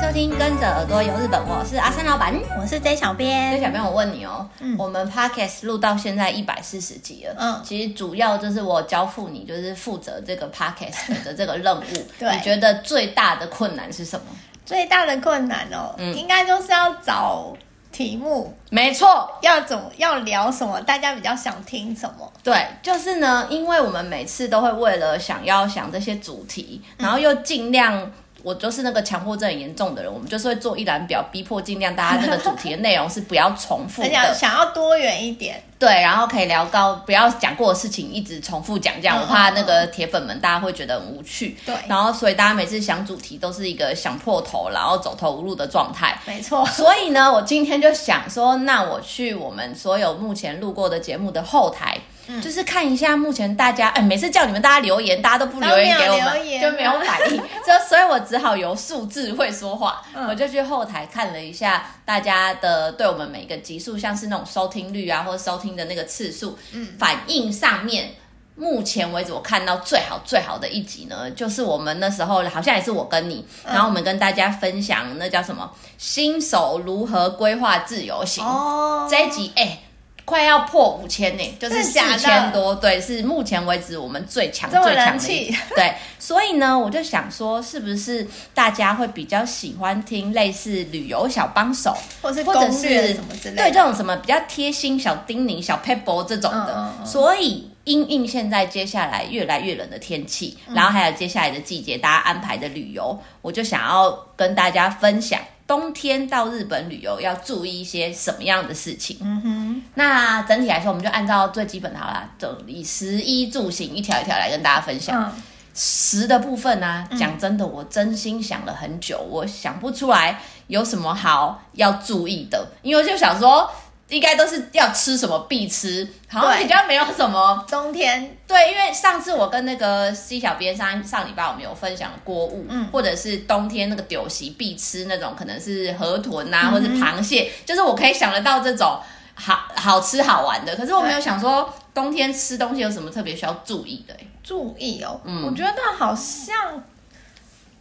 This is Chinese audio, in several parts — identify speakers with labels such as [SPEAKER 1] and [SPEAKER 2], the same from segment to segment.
[SPEAKER 1] 收听《跟着耳朵游日本》，我是阿三老板。
[SPEAKER 2] 我是 J 小
[SPEAKER 1] 所以
[SPEAKER 2] 编，
[SPEAKER 1] 小朋友，我问你哦，我们 podcast 录到现在一百四十集了，
[SPEAKER 2] 嗯
[SPEAKER 1] 其实主要就是我交付你，就是负责这个 podcast 的这个任务。
[SPEAKER 2] 对
[SPEAKER 1] 你觉得最大的困难是什么？
[SPEAKER 2] 最大的困难哦，
[SPEAKER 1] 嗯
[SPEAKER 2] 应该就是要找题目，
[SPEAKER 1] 没错，
[SPEAKER 2] 要怎么要聊什么，大家比较想听什么。
[SPEAKER 1] 对，就是呢，因为我们每次都会为了想要想这些主题，
[SPEAKER 2] 嗯
[SPEAKER 1] 然后又尽量。我就是那个强迫症很严重的人，我们就是会做一览表，逼迫尽量大家那个主题的内容是不要重复
[SPEAKER 2] 而且
[SPEAKER 1] 的，
[SPEAKER 2] 想要多元一点，
[SPEAKER 1] 对，然后可以聊到不要讲过的事情一直重复讲，这样
[SPEAKER 2] 嗯
[SPEAKER 1] 我怕
[SPEAKER 2] 嗯
[SPEAKER 1] 那个铁粉们大家会觉得很无趣。
[SPEAKER 2] 对
[SPEAKER 1] 然后所以大家每次想主题都是一个想破头，然后走投无路的状态。
[SPEAKER 2] 没错，
[SPEAKER 1] 所以呢，我今天就想说，那我去我们所有目前录过的节目的后台。
[SPEAKER 2] 嗯
[SPEAKER 1] 就是看一下目前大家，哎，每次叫你们大家留言，大家都不留言
[SPEAKER 2] 都没
[SPEAKER 1] 给
[SPEAKER 2] 有
[SPEAKER 1] 我们，
[SPEAKER 2] 留言
[SPEAKER 1] 就没有反 应，所以所以我只好由数字会说话，
[SPEAKER 2] 嗯
[SPEAKER 1] 我就去后台看了一下大家的对我们每个集数，像是那种收听率啊，或者收听的那个次数，
[SPEAKER 2] 嗯
[SPEAKER 1] 反应上面。目前为止，我看到最好最好的一集呢，就是我们那时候好像也是我跟你，
[SPEAKER 2] 嗯
[SPEAKER 1] 然后我们跟大家分享那叫什么新手如何规划自由行、
[SPEAKER 2] 哦
[SPEAKER 1] 这一集，哎、快要破五千呢，就是
[SPEAKER 2] 真
[SPEAKER 1] 四
[SPEAKER 2] 的假的
[SPEAKER 1] 千多，对，是目前为止我们最强
[SPEAKER 2] 这么
[SPEAKER 1] 最强的
[SPEAKER 2] 人
[SPEAKER 1] 一
[SPEAKER 2] 气
[SPEAKER 1] 集，对，所以呢，我就想说，是不是大家会比较喜欢听类似旅游小帮手，
[SPEAKER 2] 或是
[SPEAKER 1] 或者
[SPEAKER 2] 攻略
[SPEAKER 1] 是
[SPEAKER 2] 什么之类的。
[SPEAKER 1] 对这种什么比较贴心小叮咛、小 pebble 这种的，
[SPEAKER 2] 嗯嗯嗯
[SPEAKER 1] 所以。因应现在接下来越来越冷的天气，
[SPEAKER 2] 嗯
[SPEAKER 1] 然后还有接下来的季节，大家安排的旅游，我就想要跟大家分享冬天到日本旅游要注意一些什么样的事情。嗯哼，那整体来说，我们就按照最基本的好啦，就以食衣住行一条一条来跟大家分享。
[SPEAKER 2] 嗯，
[SPEAKER 1] 食的部分呢、啊讲真的，我真心想了很久，我想不出来有什么好要注意的，因为我就想说，应该都是要吃什么必吃，好像
[SPEAKER 2] 对
[SPEAKER 1] 比较没有什么。
[SPEAKER 2] 冬天
[SPEAKER 1] 对，因为上次我跟那个 C 小编上上礼拜我们有分享锅物，或者是冬天那个酒席必吃那种，可能是河豚啊，或是螃蟹，就是我可以想得到这种好好吃好玩的，可是我没有
[SPEAKER 2] 对
[SPEAKER 1] 想说冬天吃东西有什么特别需要注意的、欸
[SPEAKER 2] 注意哦，
[SPEAKER 1] 嗯
[SPEAKER 2] 我觉得好像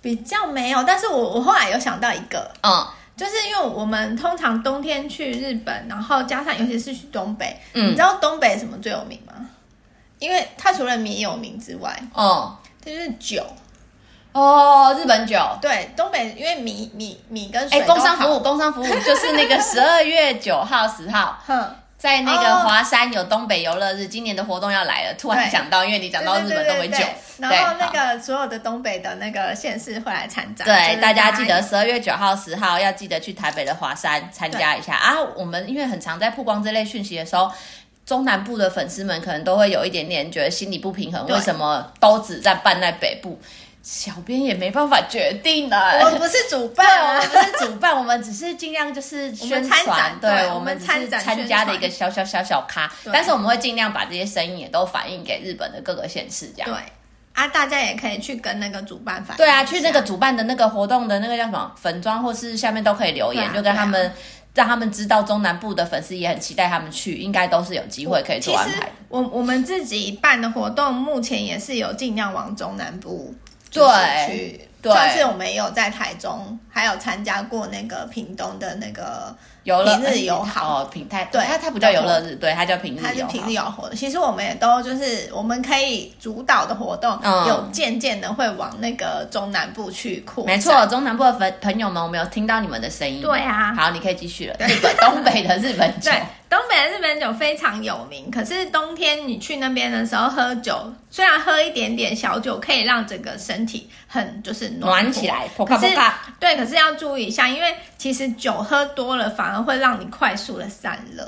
[SPEAKER 2] 比较没有，但是我我后来有想到一个，
[SPEAKER 1] 嗯。
[SPEAKER 2] 就是因为我们通常冬天去日本，然后加上尤其是去东北，
[SPEAKER 1] 嗯
[SPEAKER 2] 你知道东北什么最有名吗？因为它除了米有名之外，
[SPEAKER 1] 嗯
[SPEAKER 2] 它就是酒。
[SPEAKER 1] 哦，日本酒。
[SPEAKER 2] 对，东北因为米米米跟水
[SPEAKER 1] 哎，
[SPEAKER 2] 都好，
[SPEAKER 1] 工商服务，工商服务就是那个十二月九 号、十号，
[SPEAKER 2] 哼，
[SPEAKER 1] 在那个
[SPEAKER 2] 哦
[SPEAKER 1] 华山有东北游乐日，今年的活动要来了。突然
[SPEAKER 2] 对
[SPEAKER 1] 想到，因为你讲到日
[SPEAKER 2] 对
[SPEAKER 1] 本
[SPEAKER 2] 对
[SPEAKER 1] 东
[SPEAKER 2] 对
[SPEAKER 1] 北
[SPEAKER 2] 对
[SPEAKER 1] 酒
[SPEAKER 2] 对，然后那
[SPEAKER 1] 好
[SPEAKER 2] 个所有的东北的那个县市会来参展，就
[SPEAKER 1] 对
[SPEAKER 2] 是
[SPEAKER 1] 大家记得十二月九号、十号要记得去台北的华山参加一下啊。我们因为很常在曝光这类讯息的时候。中南部的粉丝们可能都会有一点点觉得心理不平衡，
[SPEAKER 2] 对
[SPEAKER 1] 为什么都只在办在北部？小编也没办法决定啊。
[SPEAKER 2] 我不是主办、
[SPEAKER 1] 对，我
[SPEAKER 2] 啊
[SPEAKER 1] 们，不是主办，我们只是尽量就是宣
[SPEAKER 2] 参
[SPEAKER 1] 传
[SPEAKER 2] 展，
[SPEAKER 1] 对
[SPEAKER 2] 对
[SPEAKER 1] 我
[SPEAKER 2] 我们
[SPEAKER 1] 们只
[SPEAKER 2] 参
[SPEAKER 1] 是
[SPEAKER 2] 展
[SPEAKER 1] 参
[SPEAKER 2] 宣
[SPEAKER 1] 加的
[SPEAKER 2] 传
[SPEAKER 1] 一个小小小小咖，
[SPEAKER 2] 对
[SPEAKER 1] 但是我们会尽量把这些声音也都反映给日本的各个县市，这样
[SPEAKER 2] 对。啊，大家也可以去跟那个主办反映一下。
[SPEAKER 1] 对啊，去那个主办的那个活动的那个叫什么粉妆，或是下面都可以留言，
[SPEAKER 2] 对啊
[SPEAKER 1] 就跟他们、
[SPEAKER 2] 对
[SPEAKER 1] 让他们知道中南部的粉丝也很期待他们去，应该都是有机会可以
[SPEAKER 2] 其
[SPEAKER 1] 做安排
[SPEAKER 2] 实。我我们自己办的活动，目前也是有尽量往中南部
[SPEAKER 1] 对
[SPEAKER 2] 就是去。
[SPEAKER 1] 对
[SPEAKER 2] 上次我们也有在台中，还有参加过那个屏东的那个，
[SPEAKER 1] 游乐
[SPEAKER 2] 平日友好
[SPEAKER 1] 哦，平泰
[SPEAKER 2] 对
[SPEAKER 1] 它它不叫游乐日，对，它叫平日
[SPEAKER 2] 它是
[SPEAKER 1] 友好
[SPEAKER 2] 平日有活动。其实我们也都就是我们可以主导的活动，
[SPEAKER 1] 嗯
[SPEAKER 2] 有渐渐的会往那个中南部去扩展。
[SPEAKER 1] 没错，中南部的朋朋友们，我们有听到你们的声音。
[SPEAKER 2] 啊对啊
[SPEAKER 1] 好，你可以继续了。日本东北的日本酒
[SPEAKER 2] 对，东北的日本酒非常有名，可是冬天你去那边的时候喝酒，虽然喝一点点小酒可以让整个身体很就是
[SPEAKER 1] 暖
[SPEAKER 2] 和
[SPEAKER 1] 起来，
[SPEAKER 2] 可
[SPEAKER 1] 哦可
[SPEAKER 2] 是
[SPEAKER 1] 是
[SPEAKER 2] 对，可是要注意一下，因为其实酒喝多了反而会让你快速的散热，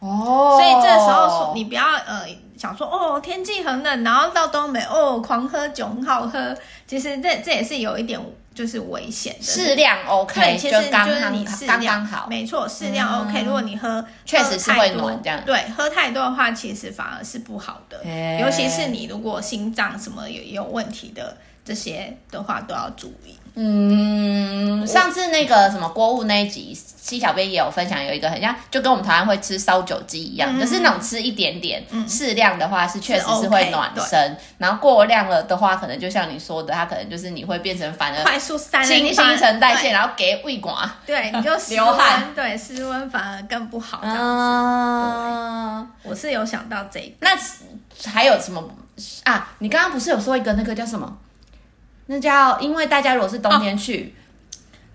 [SPEAKER 1] 哦
[SPEAKER 2] 所以这时候说你不要呃想说哦天气很冷，然后到东北哦狂喝酒很好喝，其实这这也是有一点就是危险的。
[SPEAKER 1] 适量 OK，
[SPEAKER 2] 对，其实
[SPEAKER 1] 刚
[SPEAKER 2] 就是你
[SPEAKER 1] 刚
[SPEAKER 2] 适
[SPEAKER 1] 刚
[SPEAKER 2] 量
[SPEAKER 1] 刚好。嗯
[SPEAKER 2] 没错，适量 OK、如果你喝
[SPEAKER 1] 确实是
[SPEAKER 2] 喝太
[SPEAKER 1] 会
[SPEAKER 2] 多
[SPEAKER 1] 暖这样
[SPEAKER 2] 对，喝太多的话，其实反而是不好的，
[SPEAKER 1] 嘿
[SPEAKER 2] 尤其是你如果心脏什么有有问题的。这些的话都要注意。
[SPEAKER 1] 嗯，上次那个什么锅物那一集，西小编也有分享，有一个很像，就跟我们台湾会吃烧酒鸡一样，就是那种吃一点点，适量的话是确实嗯是哦会
[SPEAKER 2] OK，
[SPEAKER 1] 暖
[SPEAKER 2] 对
[SPEAKER 1] 身，然后过量了的话，可能就像你说的，它可能就是你会变成反而
[SPEAKER 2] 快速散了
[SPEAKER 1] 新
[SPEAKER 2] 你反
[SPEAKER 1] 新
[SPEAKER 2] 而
[SPEAKER 1] 陈代谢，然后给胃管。
[SPEAKER 2] 对，对 你就失
[SPEAKER 1] 流汗
[SPEAKER 2] 温，对，失温反而更不好。这样
[SPEAKER 1] 嗯，
[SPEAKER 2] 我是有想到这一个，
[SPEAKER 1] 那还有什么啊？你刚刚不是有说一个那个叫什么？那叫因为大家如果是冬天去，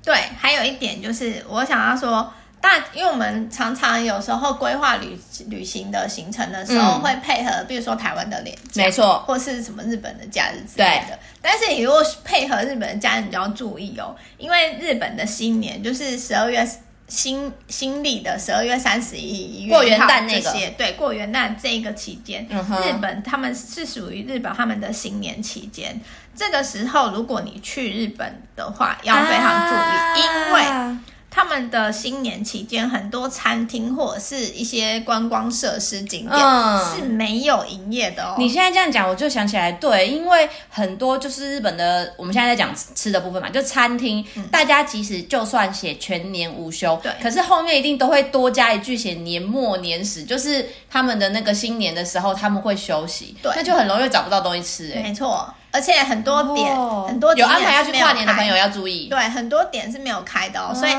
[SPEAKER 2] 对，还有一点就是我想要说。大，因为我们常常有时候规划旅旅行的行程的时候，
[SPEAKER 1] 嗯
[SPEAKER 2] 会配合，比如说台湾的连假，
[SPEAKER 1] 没错，
[SPEAKER 2] 或是什么日本的假日之类的。但是你如果配合日本的假日，你就要注意哦，因为日本的新年就是十二月新新历的十二月三十一，
[SPEAKER 1] 过元旦那个
[SPEAKER 2] 1月1号这些，对，过元旦这个期间，
[SPEAKER 1] 嗯哼
[SPEAKER 2] 日本他们是属于日本他们的新年期间。这个时候，如果你去日本的话，要非常注意，因为
[SPEAKER 1] 啊
[SPEAKER 2] 他们的新年期间，很多餐厅或者是一些观光设施景点、
[SPEAKER 1] 嗯
[SPEAKER 2] 是哦没有营业的哦。
[SPEAKER 1] 你现在这样讲，我就想起来，对，因为很多就是日本的，我们现在在讲吃的部分嘛，就餐厅，大家其实就算写全年无休，
[SPEAKER 2] 嗯对
[SPEAKER 1] 可是后面一定都会多加一句写年末年始，就是他们的那个新年的时候他们会休息，
[SPEAKER 2] 对
[SPEAKER 1] 那就很容易找不到东西吃、哎，
[SPEAKER 2] 没错，而且很多点、
[SPEAKER 1] 哦
[SPEAKER 2] 很多
[SPEAKER 1] 有
[SPEAKER 2] 景
[SPEAKER 1] 安
[SPEAKER 2] 点
[SPEAKER 1] 排要去
[SPEAKER 2] 是没
[SPEAKER 1] 跨年的
[SPEAKER 2] 开
[SPEAKER 1] 朋友，要嗯注意，啊
[SPEAKER 2] 对，很多点是没有开的哦，所以
[SPEAKER 1] 以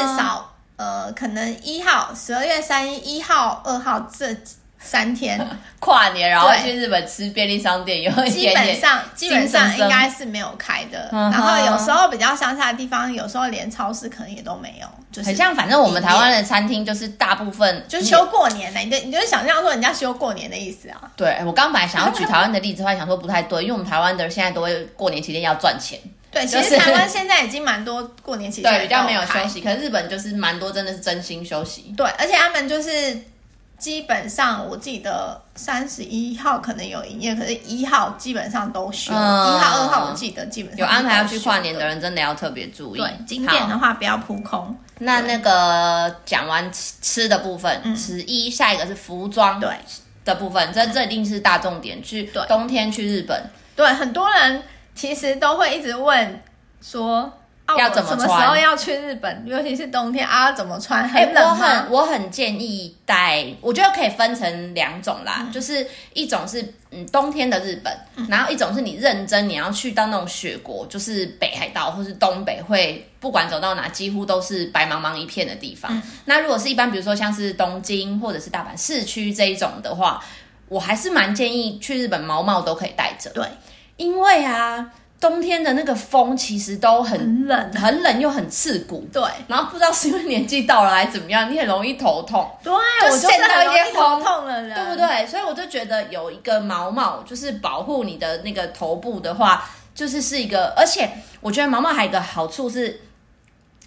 [SPEAKER 2] 至少呃，可能一号、十二月三一、一号、二号这 三天，
[SPEAKER 1] 跨年，然后
[SPEAKER 2] 对
[SPEAKER 1] 去日本吃便利商店，有一
[SPEAKER 2] 基
[SPEAKER 1] 点
[SPEAKER 2] 本
[SPEAKER 1] 点
[SPEAKER 2] 上基本上
[SPEAKER 1] 精神
[SPEAKER 2] 应
[SPEAKER 1] 生
[SPEAKER 2] 该是没有开的。
[SPEAKER 1] 嗯
[SPEAKER 2] 然后
[SPEAKER 1] 哼
[SPEAKER 2] 有时候比较乡下的地方，有时候连超市可能也都没有，就是
[SPEAKER 1] 很像，反正我们台湾的餐厅就是大部分嗯
[SPEAKER 2] 就是休过年呢、你就你就想象说人家休过年的意思啊。
[SPEAKER 1] 对，我刚本来想要 举台湾的例子，后来想说不太对，因为我们台湾的人现在都会过年期间要赚钱，
[SPEAKER 2] 对，
[SPEAKER 1] 就
[SPEAKER 2] 其实
[SPEAKER 1] 是
[SPEAKER 2] 台湾现在已经蛮多过年期间
[SPEAKER 1] 对，比较没有
[SPEAKER 2] 开
[SPEAKER 1] 休息。可是日本就是蛮多真的是真心休息，
[SPEAKER 2] 对，而且他们就是基本上，我记得三十一号可能有营业，可是一号基本上都休，一、
[SPEAKER 1] 嗯
[SPEAKER 2] 号、二号我记得基本上
[SPEAKER 1] 有安排要去跨年
[SPEAKER 2] 的。
[SPEAKER 1] 的人真的要特别注意。
[SPEAKER 2] 对，景点的
[SPEAKER 1] 好
[SPEAKER 2] 话不要扑空。
[SPEAKER 1] 那那个讲完吃吃的部分，十一下一个是服装
[SPEAKER 2] 嗯对
[SPEAKER 1] 的部分，这这一定是大重点。去
[SPEAKER 2] 对
[SPEAKER 1] 冬天去日本，
[SPEAKER 2] 对，很多人其实都会一直问说。啊、
[SPEAKER 1] 要
[SPEAKER 2] 我
[SPEAKER 1] 怎么
[SPEAKER 2] 什么
[SPEAKER 1] 穿
[SPEAKER 2] 时候要去日本？尤其是冬天啊，要怎么穿？
[SPEAKER 1] 哎、
[SPEAKER 2] 很
[SPEAKER 1] 我
[SPEAKER 2] 冷
[SPEAKER 1] 很
[SPEAKER 2] 吗？
[SPEAKER 1] 我很建议带，我觉得可以分成两种啦，
[SPEAKER 2] 嗯
[SPEAKER 1] 就是一种是嗯冬天的日本，然后一种是你认真你要去到那种雪国，就是北海道或是东北会。不管走到哪，几乎都是白茫茫一片的地方。
[SPEAKER 2] 嗯
[SPEAKER 1] 那如果是一般，比如说像是东京或者是大阪市区这一种的话，我还是蛮建议去日本毛毛都可以带着，
[SPEAKER 2] 对，
[SPEAKER 1] 因为啊，冬天的那个风其实都很
[SPEAKER 2] 很冷。
[SPEAKER 1] 很冷又很刺骨，
[SPEAKER 2] 对，
[SPEAKER 1] 然后不知道是因为年纪到了还是怎么样，你很容易头痛，
[SPEAKER 2] 对，我就是
[SPEAKER 1] 陷到
[SPEAKER 2] 很
[SPEAKER 1] 一
[SPEAKER 2] 容易
[SPEAKER 1] 些
[SPEAKER 2] 头
[SPEAKER 1] 红
[SPEAKER 2] 痛的人，
[SPEAKER 1] 对不？对？所以我就觉得有一个毛毛，就是保护你的那个头部的话，就是是一个，而且我觉得毛毛还有一个好处是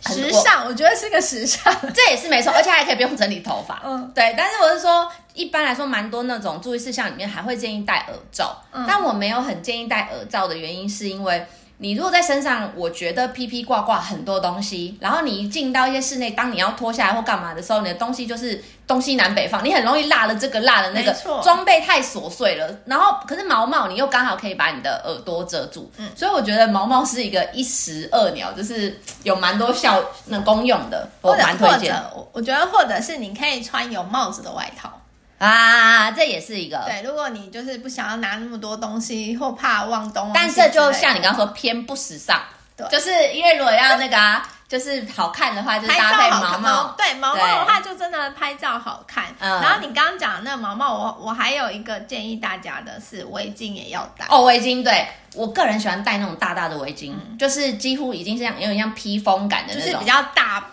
[SPEAKER 1] 很
[SPEAKER 2] 时
[SPEAKER 1] 我
[SPEAKER 2] 尚，我觉得是个时尚。
[SPEAKER 1] 这也是没错，而且还可以不用整理头发。
[SPEAKER 2] 嗯
[SPEAKER 1] 嗯，对。但是我是说，一般来说，蛮多那种注意事项里面还会建议戴耳罩，
[SPEAKER 2] 嗯
[SPEAKER 1] 但我没有很建议戴耳罩的原因是因为。你如果在身上，我觉得披披挂挂很多东西，然后你一进到一些室内，当你要脱下来或干嘛的时候，你的东西就是东西南北放，你很容易落了这个落了那个
[SPEAKER 2] 没错，
[SPEAKER 1] 装备太琐碎了。然后可是毛毛你又刚好可以把你的耳朵遮住，
[SPEAKER 2] 嗯
[SPEAKER 1] 所以我觉得毛毛是一个一石二鸟，就是有蛮多效能功用的，我
[SPEAKER 2] 或者
[SPEAKER 1] 蛮推
[SPEAKER 2] 或
[SPEAKER 1] 荐的。
[SPEAKER 2] 者，我我觉得或者是你可以穿有帽子的外套。
[SPEAKER 1] 啊，这也是一个。
[SPEAKER 2] 对，如果你就是不想要拿那么多东西，或怕忘东忘西
[SPEAKER 1] 但这就
[SPEAKER 2] 之类的
[SPEAKER 1] 像你刚刚说偏不时尚，
[SPEAKER 2] 对
[SPEAKER 1] 就是因为如果要那个啊，就是好看的话，就是
[SPEAKER 2] 拍
[SPEAKER 1] 搭
[SPEAKER 2] 照
[SPEAKER 1] 配
[SPEAKER 2] 好
[SPEAKER 1] 毛
[SPEAKER 2] 看哦
[SPEAKER 1] 毛。
[SPEAKER 2] 对毛毛的话就真的拍照好看。
[SPEAKER 1] 嗯
[SPEAKER 2] 然后你刚刚讲的那个毛毛，我我还有一个建议大家的是围巾也要戴。
[SPEAKER 1] 哦，围巾，对我个人喜欢戴那种大大的围巾，就是几乎已经是像有点像披风感的
[SPEAKER 2] 嗯就
[SPEAKER 1] 那
[SPEAKER 2] 是
[SPEAKER 1] 种
[SPEAKER 2] 比，较大，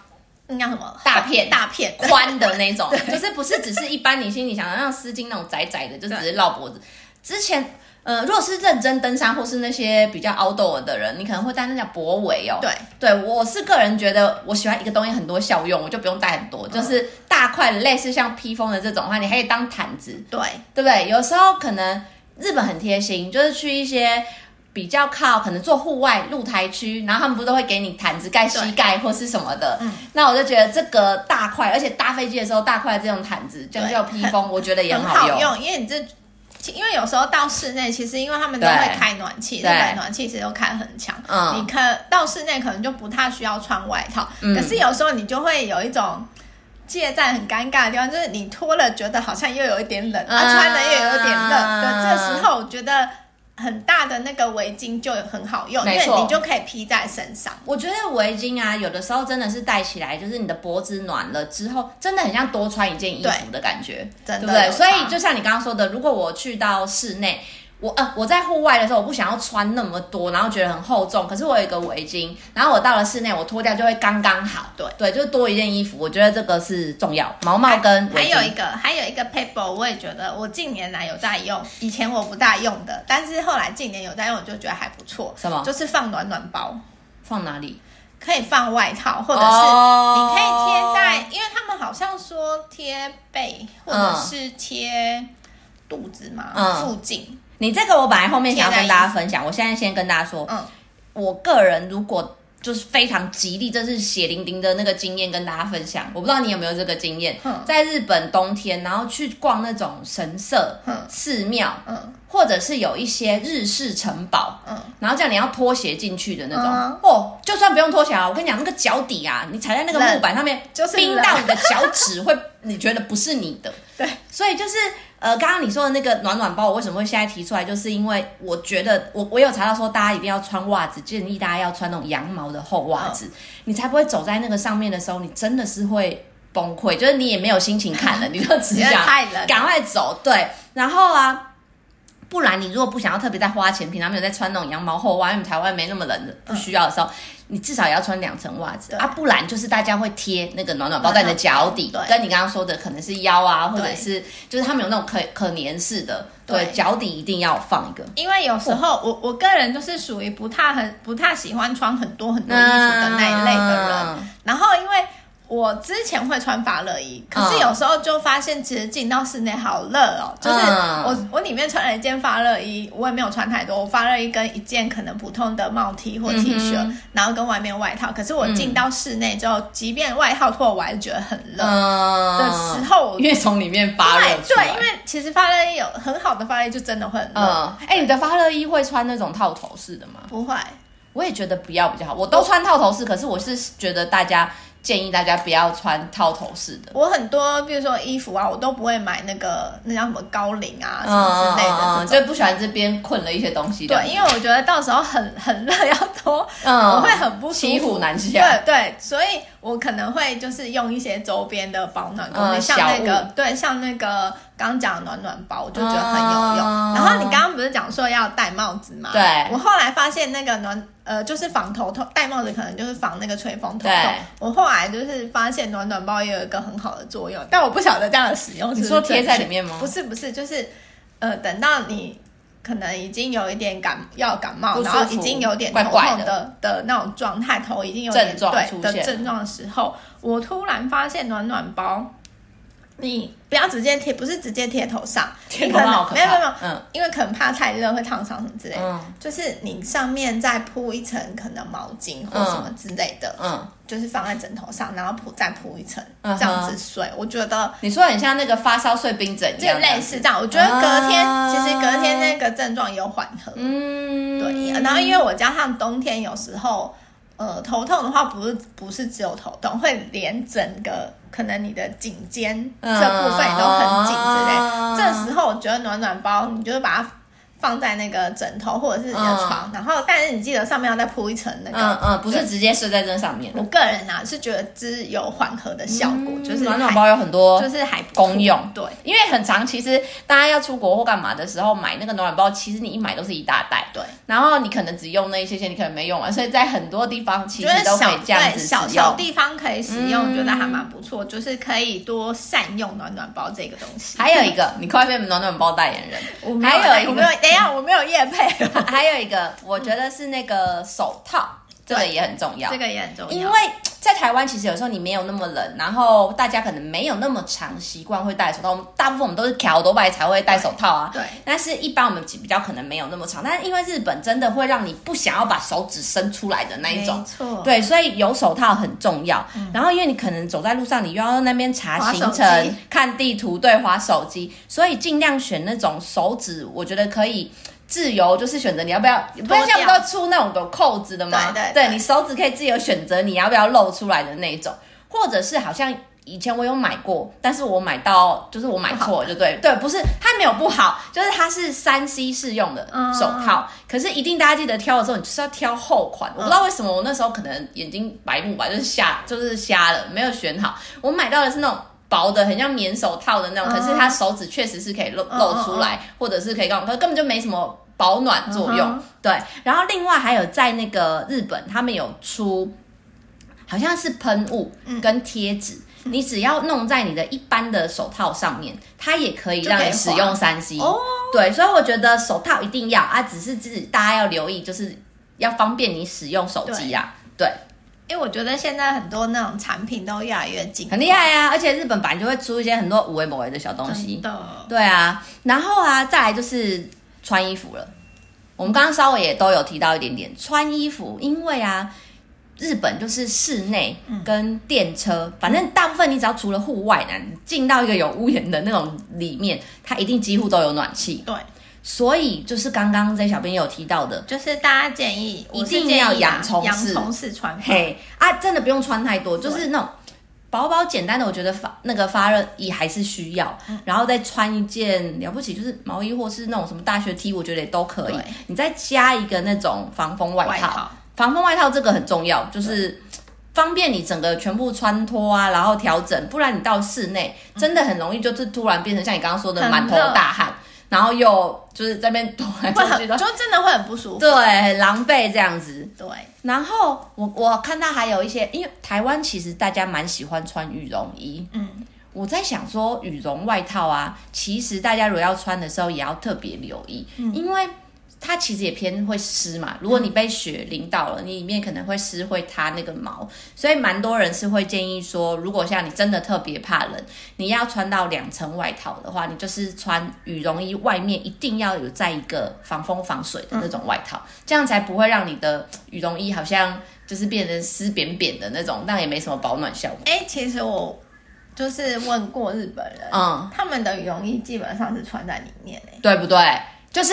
[SPEAKER 2] 那叫什么
[SPEAKER 1] 大片
[SPEAKER 2] 大 片的
[SPEAKER 1] 宽的那 种，就是不是只是一般你心里想的那种丝巾那种窄窄的，就只是绕脖子。之前。呃，如果是认真登山或是那些比较 outdoor 的人，你可能会戴那叫脖围哦。
[SPEAKER 2] 对，
[SPEAKER 1] 对我是个人觉得，我喜欢一个东西很多效用，我就不用带很多，就是大块的，类似像披风的这种的话，你还可以当毯子，
[SPEAKER 2] 对
[SPEAKER 1] 对不对？有时候可能日本很贴心，就是去一些比较靠可能做户外露台区，然后他们不都会给你毯子盖膝盖或是什么的。那我就觉得这个大块，而且搭飞机的时候大块这种毯子，就
[SPEAKER 2] 对
[SPEAKER 1] 叫披风，我觉得也
[SPEAKER 2] 很
[SPEAKER 1] 很好
[SPEAKER 2] 好
[SPEAKER 1] 用。
[SPEAKER 2] 用，因为你这其因为有时候到室内，其实因为他们都会
[SPEAKER 1] 对
[SPEAKER 2] 开暖气，日
[SPEAKER 1] 对
[SPEAKER 2] 本暖气其实都开很强，
[SPEAKER 1] 嗯
[SPEAKER 2] 你可到室内可能就不太需要穿外套，
[SPEAKER 1] 嗯
[SPEAKER 2] 可是有时候你就会有一种。借在很尴尬的地方，就是你脱了觉得好像又有一点冷，啊，
[SPEAKER 1] 啊
[SPEAKER 2] 穿了又有点热。对，这时候我觉得很大的那个围巾就很好用，因
[SPEAKER 1] 没
[SPEAKER 2] 为
[SPEAKER 1] 错
[SPEAKER 2] 你就可以披在身上。
[SPEAKER 1] 我觉得围巾啊，有的时候真的是戴起来，就是你的脖子暖了之后，真的很像多穿一件衣服的感觉，
[SPEAKER 2] 真
[SPEAKER 1] 对
[SPEAKER 2] 的
[SPEAKER 1] 不对？
[SPEAKER 2] 有
[SPEAKER 1] 所
[SPEAKER 2] 差
[SPEAKER 1] 以就像你刚刚说的，如果我去到室内，我呃我在户外的时候，我不想要穿那么多，然后觉得很厚重，可是我有一个围巾，然后我到了室内，我脱掉就会刚刚好，
[SPEAKER 2] 对
[SPEAKER 1] 对，就多一件衣服，我觉得这个是重要。毛毛跟
[SPEAKER 2] 还
[SPEAKER 1] 围
[SPEAKER 2] 有一
[SPEAKER 1] 巾，
[SPEAKER 2] 个，还有一个 paper，我也觉得我近年来有在用，以前我不大用的，但是后来近年有在用，我就觉得还不错。
[SPEAKER 1] 什么
[SPEAKER 2] 就是放暖暖包，
[SPEAKER 1] 放哪里？
[SPEAKER 2] 可以放外套，或者是你
[SPEAKER 1] 哦
[SPEAKER 2] 可以贴在，因为他们好像说贴背或者是贴肚子嘛、
[SPEAKER 1] 嗯
[SPEAKER 2] 附近。
[SPEAKER 1] 你这个我本来后面想要跟
[SPEAKER 2] 贴在衣服
[SPEAKER 1] 大家分享，我现在先跟大家说，
[SPEAKER 2] 嗯，
[SPEAKER 1] 我个人如果就是非常极力，这是血淋淋的那个经验跟大家分享。我不知道你有没有这个经验
[SPEAKER 2] 嗯，
[SPEAKER 1] 在日本冬天，然后去逛那种神社
[SPEAKER 2] 嗯、
[SPEAKER 1] 寺庙，
[SPEAKER 2] 嗯
[SPEAKER 1] 或者是有一些日式城堡，
[SPEAKER 2] 嗯，
[SPEAKER 1] 然后这样你要拖鞋进去的那种
[SPEAKER 2] 嗯。
[SPEAKER 1] 哦，就算不用拖鞋啊，我跟你讲，那个脚底啊，你踩在那个木板上面，
[SPEAKER 2] 就是冷
[SPEAKER 1] 冰到你的脚趾会，你觉得不是你的。
[SPEAKER 2] 对，
[SPEAKER 1] 所以就是呃，刚刚你说的那个暖暖包，我为什么会现在提出来，就是因为我觉得我我有查到说，大家一定要穿袜子，建议大家要穿那种羊毛的厚袜子，你才不会走在那个上面的时候，你真的是会崩溃，就是你也没有心情看 了，你就只
[SPEAKER 2] 因为
[SPEAKER 1] 想
[SPEAKER 2] 太冷了
[SPEAKER 1] 赶快走。对，然后啊。不然，你如果不想要特别再花钱，平常没有在穿那种羊毛厚袜，因为台湾没那么冷的，不需要的时候，你至少也要穿两层袜子
[SPEAKER 2] 对
[SPEAKER 1] 啊。不然就是大家会贴那个暖暖包在你的脚底
[SPEAKER 2] 暖暖，包对
[SPEAKER 1] 跟你刚刚说的可能是腰啊，或者
[SPEAKER 2] 对
[SPEAKER 1] 是就是他们有那种可可粘式的，对，
[SPEAKER 2] 对
[SPEAKER 1] 脚底一定要放一个。
[SPEAKER 2] 因为有时候我我个人就是属于不太很不太喜欢穿很多很多衣服的那一类的人，
[SPEAKER 1] 嗯，
[SPEAKER 2] 然后因为我之前会穿发热衣，可是有时候就发现其实进到室内好热哦，就是
[SPEAKER 1] 嗯
[SPEAKER 2] 我我里面穿了一件发热衣，我也没有穿太多，我发热衣跟一件可能普通的帽 T 或 T 恤，
[SPEAKER 1] 嗯
[SPEAKER 2] 然后跟外面外套，可是我进到室内之后，即便外套脱了，我还是觉得很热的时
[SPEAKER 1] 嗯，
[SPEAKER 2] 候，我 哎
[SPEAKER 1] 因为从里面发热出
[SPEAKER 2] 对，
[SPEAKER 1] 来
[SPEAKER 2] 因为其实发热衣有很好的发热衣就真的会很热，
[SPEAKER 1] 嗯，哎、你的发热衣会穿那种套头式的吗？
[SPEAKER 2] 不会。
[SPEAKER 1] 我也觉得不要比较好。我都穿套头式，可是我是觉得大家建议大家不要穿套头式的。
[SPEAKER 2] 我很多，比如说衣服啊，我都不会买那个那叫什么高领啊什么
[SPEAKER 1] 嗯
[SPEAKER 2] 之类的这种
[SPEAKER 1] 嗯，就不喜欢这边困了一些东西。
[SPEAKER 2] 对，因为我觉得到时候很很热要脱，
[SPEAKER 1] 嗯
[SPEAKER 2] 我会很不舒
[SPEAKER 1] 骑
[SPEAKER 2] 服
[SPEAKER 1] 虎。难下。
[SPEAKER 2] 对对，所以我可能会就是用一些周边的保暖工具，
[SPEAKER 1] 嗯
[SPEAKER 2] 像那
[SPEAKER 1] 小
[SPEAKER 2] 个
[SPEAKER 1] 物
[SPEAKER 2] 对，像那个刚讲的暖暖包，我就觉得很有用。
[SPEAKER 1] 嗯
[SPEAKER 2] 然后你刚刚不是讲说要戴帽子吗？
[SPEAKER 1] 对
[SPEAKER 2] 我后来发现那个暖呃，就是防头痛，戴帽子可能就是防那个吹风头痛
[SPEAKER 1] 对。
[SPEAKER 2] 我后来就是发现暖暖包也有一个很好的作用，但我不晓得这样的使用是
[SPEAKER 1] 你
[SPEAKER 2] 不哦是
[SPEAKER 1] 说贴在
[SPEAKER 2] 正确
[SPEAKER 1] 里面吗
[SPEAKER 2] 不是不是，就是呃，等到你可能已经有一点感要感冒，
[SPEAKER 1] 不舒
[SPEAKER 2] 然
[SPEAKER 1] 服
[SPEAKER 2] 后已经有点
[SPEAKER 1] 怪
[SPEAKER 2] 头
[SPEAKER 1] 怪
[SPEAKER 2] 痛
[SPEAKER 1] 的
[SPEAKER 2] 的的那种状态，头已经有点
[SPEAKER 1] 症状
[SPEAKER 2] 对
[SPEAKER 1] 出
[SPEAKER 2] 的
[SPEAKER 1] 现
[SPEAKER 2] 症状的时候，我突然发现暖暖包，你不要直接贴，不是直接贴头上，
[SPEAKER 1] 贴
[SPEAKER 2] 你
[SPEAKER 1] 头
[SPEAKER 2] 可
[SPEAKER 1] 上
[SPEAKER 2] 能
[SPEAKER 1] 好可
[SPEAKER 2] 没有没有没有
[SPEAKER 1] 怕。，嗯
[SPEAKER 2] 因为可能怕太热会烫伤什么之类的。
[SPEAKER 1] 嗯
[SPEAKER 2] 就是你上面再铺一层可能毛巾或什么之类的，
[SPEAKER 1] 嗯，
[SPEAKER 2] 就是放在枕头上，然后铺再铺一层，
[SPEAKER 1] 嗯哼
[SPEAKER 2] 这样子睡。我觉得
[SPEAKER 1] 你说很像那个发烧碎冰枕一
[SPEAKER 2] 就
[SPEAKER 1] 样。
[SPEAKER 2] 类似这样。我觉得隔天、
[SPEAKER 1] 啊
[SPEAKER 2] 其实隔天那个症状有缓和，
[SPEAKER 1] 嗯，
[SPEAKER 2] 对。然后因为我加上冬天有时候，呃，头痛的话不是不是只有头痛，会连整个可能你的颈肩这
[SPEAKER 1] 嗯
[SPEAKER 2] 部分也都很紧之类。
[SPEAKER 1] 啊
[SPEAKER 2] 这时候我觉得暖暖包，你就是把它。放在那个枕头或者是你的床，然后但是你记得上面要再铺一层那个，
[SPEAKER 1] 嗯嗯，不
[SPEAKER 2] 对
[SPEAKER 1] 是直接睡在这上面。
[SPEAKER 2] 我个人啊是觉得只有缓和的效果，就
[SPEAKER 1] 嗯
[SPEAKER 2] 是
[SPEAKER 1] 暖暖
[SPEAKER 2] 还
[SPEAKER 1] 包有很多
[SPEAKER 2] 就是还不错
[SPEAKER 1] 功用
[SPEAKER 2] 对，
[SPEAKER 1] 因为很长，其实大家要出国或干嘛的时候买那个暖暖包，其实你一买都是一大袋，
[SPEAKER 2] 对，
[SPEAKER 1] 然后你可能只用那一些些，你可能没用完，所以在很多地方其
[SPEAKER 2] 觉得
[SPEAKER 1] 实都可
[SPEAKER 2] 小
[SPEAKER 1] 以这样
[SPEAKER 2] 对
[SPEAKER 1] 子使
[SPEAKER 2] 小小
[SPEAKER 1] 用。嗯
[SPEAKER 2] 地方可以使用，我觉得还蛮不错，就是可以多善用暖暖包这个东西。
[SPEAKER 1] 还 有一个，你快变暖暖包代言人。
[SPEAKER 2] 我
[SPEAKER 1] 还有一个嗯
[SPEAKER 2] 我没有，等一下我没有夜配。
[SPEAKER 1] 还有一个，我觉得是那个手套，这个也很重要
[SPEAKER 2] 这。个也很重要。
[SPEAKER 1] 因为在台湾，其实有时候你没有那么冷，然后大家可能没有那么常习惯会戴手套。我们大部分我们都是调多白才会戴手套啊。
[SPEAKER 2] 对，
[SPEAKER 1] 但是一般我们比较可能没有那么长，但是因为日本真的会让你不想要把手指伸出来的那一种
[SPEAKER 2] 没，错，
[SPEAKER 1] 对，所以有手套很重要。然后因为你可能走在路上，你又要那边查
[SPEAKER 2] 嗯滑手
[SPEAKER 1] 行
[SPEAKER 2] 机
[SPEAKER 1] 程、看地图，对，划手机，所以尽量选那种手指，我觉得可以。自由就是选择你要不要，不然
[SPEAKER 2] 脱掉
[SPEAKER 1] 像不都出那种有扣子的吗？
[SPEAKER 2] 对对对
[SPEAKER 1] 你手指可以自由选择你要不要露出来的那一种，或者是好像以前我有买过，但是我买到就是我买错了，就对对，不是它没有不好，就是它是三 C 适用的
[SPEAKER 2] 嗯
[SPEAKER 1] 手套，可是一定大家记得挑的时候，你就是要挑厚款。我不知
[SPEAKER 2] 嗯
[SPEAKER 1] 道为什么我那时候可能眼睛白目吧，就是瞎就是瞎了，没有选好。我买到的是那种。薄的，很像棉手套的那种，
[SPEAKER 2] 嗯
[SPEAKER 1] 可是它手指确实是可以露
[SPEAKER 2] 嗯
[SPEAKER 1] 露出来，或者是可以干嘛，可是根本就没什么保暖作用。
[SPEAKER 2] 嗯哼
[SPEAKER 1] 对，然后另外还有在那个日本，他们有出好像是喷雾
[SPEAKER 2] 嗯
[SPEAKER 1] 跟贴纸，你只要弄在你的一般的手套上面，它也可以
[SPEAKER 2] 就可以
[SPEAKER 1] 让你使用三 C。
[SPEAKER 2] 哦，
[SPEAKER 1] 对，所以我觉得手套一定要啊，只是自己大家要留意，就是要方便你使用手机啊。对，
[SPEAKER 2] 因为我觉得现在很多那种产品都越来越近，
[SPEAKER 1] 很厉害啊！而且日本版就会出一些很多无为某为的小东西
[SPEAKER 2] 真。的。
[SPEAKER 1] 对啊，然后啊，再来就是穿衣服了。我们刚刚稍微也都有提到一点点穿衣服，因为啊，日本就是室内跟电车，反正大部分你只要除了户外呢，你进到一个有屋檐的那种里面，它一定几乎都有暖气。
[SPEAKER 2] 对，
[SPEAKER 1] 所以就是刚刚 Z 小编有提到的，
[SPEAKER 2] 就是大家建议，我是
[SPEAKER 1] 一定要
[SPEAKER 2] 建议
[SPEAKER 1] 洋葱
[SPEAKER 2] 洋
[SPEAKER 1] 式
[SPEAKER 2] 葱式穿法，
[SPEAKER 1] 嘿啊，真的不用穿太多，就是那种薄薄简单的，我觉得发那个发热衣还是需要，
[SPEAKER 2] 嗯
[SPEAKER 1] 然后再穿一件了不起就是毛衣或是那种什么大学 T，我觉得也都可以
[SPEAKER 2] 对。
[SPEAKER 1] 你再加一个那种防风外套，
[SPEAKER 2] 外套
[SPEAKER 1] 防风外套这个很重要，就是。方便你整个全部穿脱啊，然后调整，不然你到室内真的很容易就是突然变成像你刚刚说的
[SPEAKER 2] 嗯很
[SPEAKER 1] 满头
[SPEAKER 2] 热
[SPEAKER 1] 大汗，然后又就是在那边躲来
[SPEAKER 2] 会
[SPEAKER 1] 躲去
[SPEAKER 2] 很
[SPEAKER 1] 的，
[SPEAKER 2] 就真的会很不舒服。
[SPEAKER 1] 对，很狼狈这样子。
[SPEAKER 2] 对，
[SPEAKER 1] 然后我我看到还有一些，因为台湾其实大家蛮喜欢穿羽绒衣。
[SPEAKER 2] 嗯，
[SPEAKER 1] 我在想说，羽绒外套啊，其实大家如果要穿的时候，也要特别留意，因为它其实也偏会湿嘛。如果你被雪淋到了，你里面可能会湿，会塌那个毛，所以蛮多人是会建议说，如果像你真的特别怕冷，你要穿到两层外套的话，你就是穿羽绒衣，外面一定要有在一个防风防水的那种外套，这样才不会让你的羽绒衣好像就是变成湿扁扁的那种，那也没什么保暖效果。
[SPEAKER 2] 哎、其实我就是问过日本人，
[SPEAKER 1] 嗯，
[SPEAKER 2] 他们的羽绒衣基本上是穿在里面欸诶、
[SPEAKER 1] 对不对？就是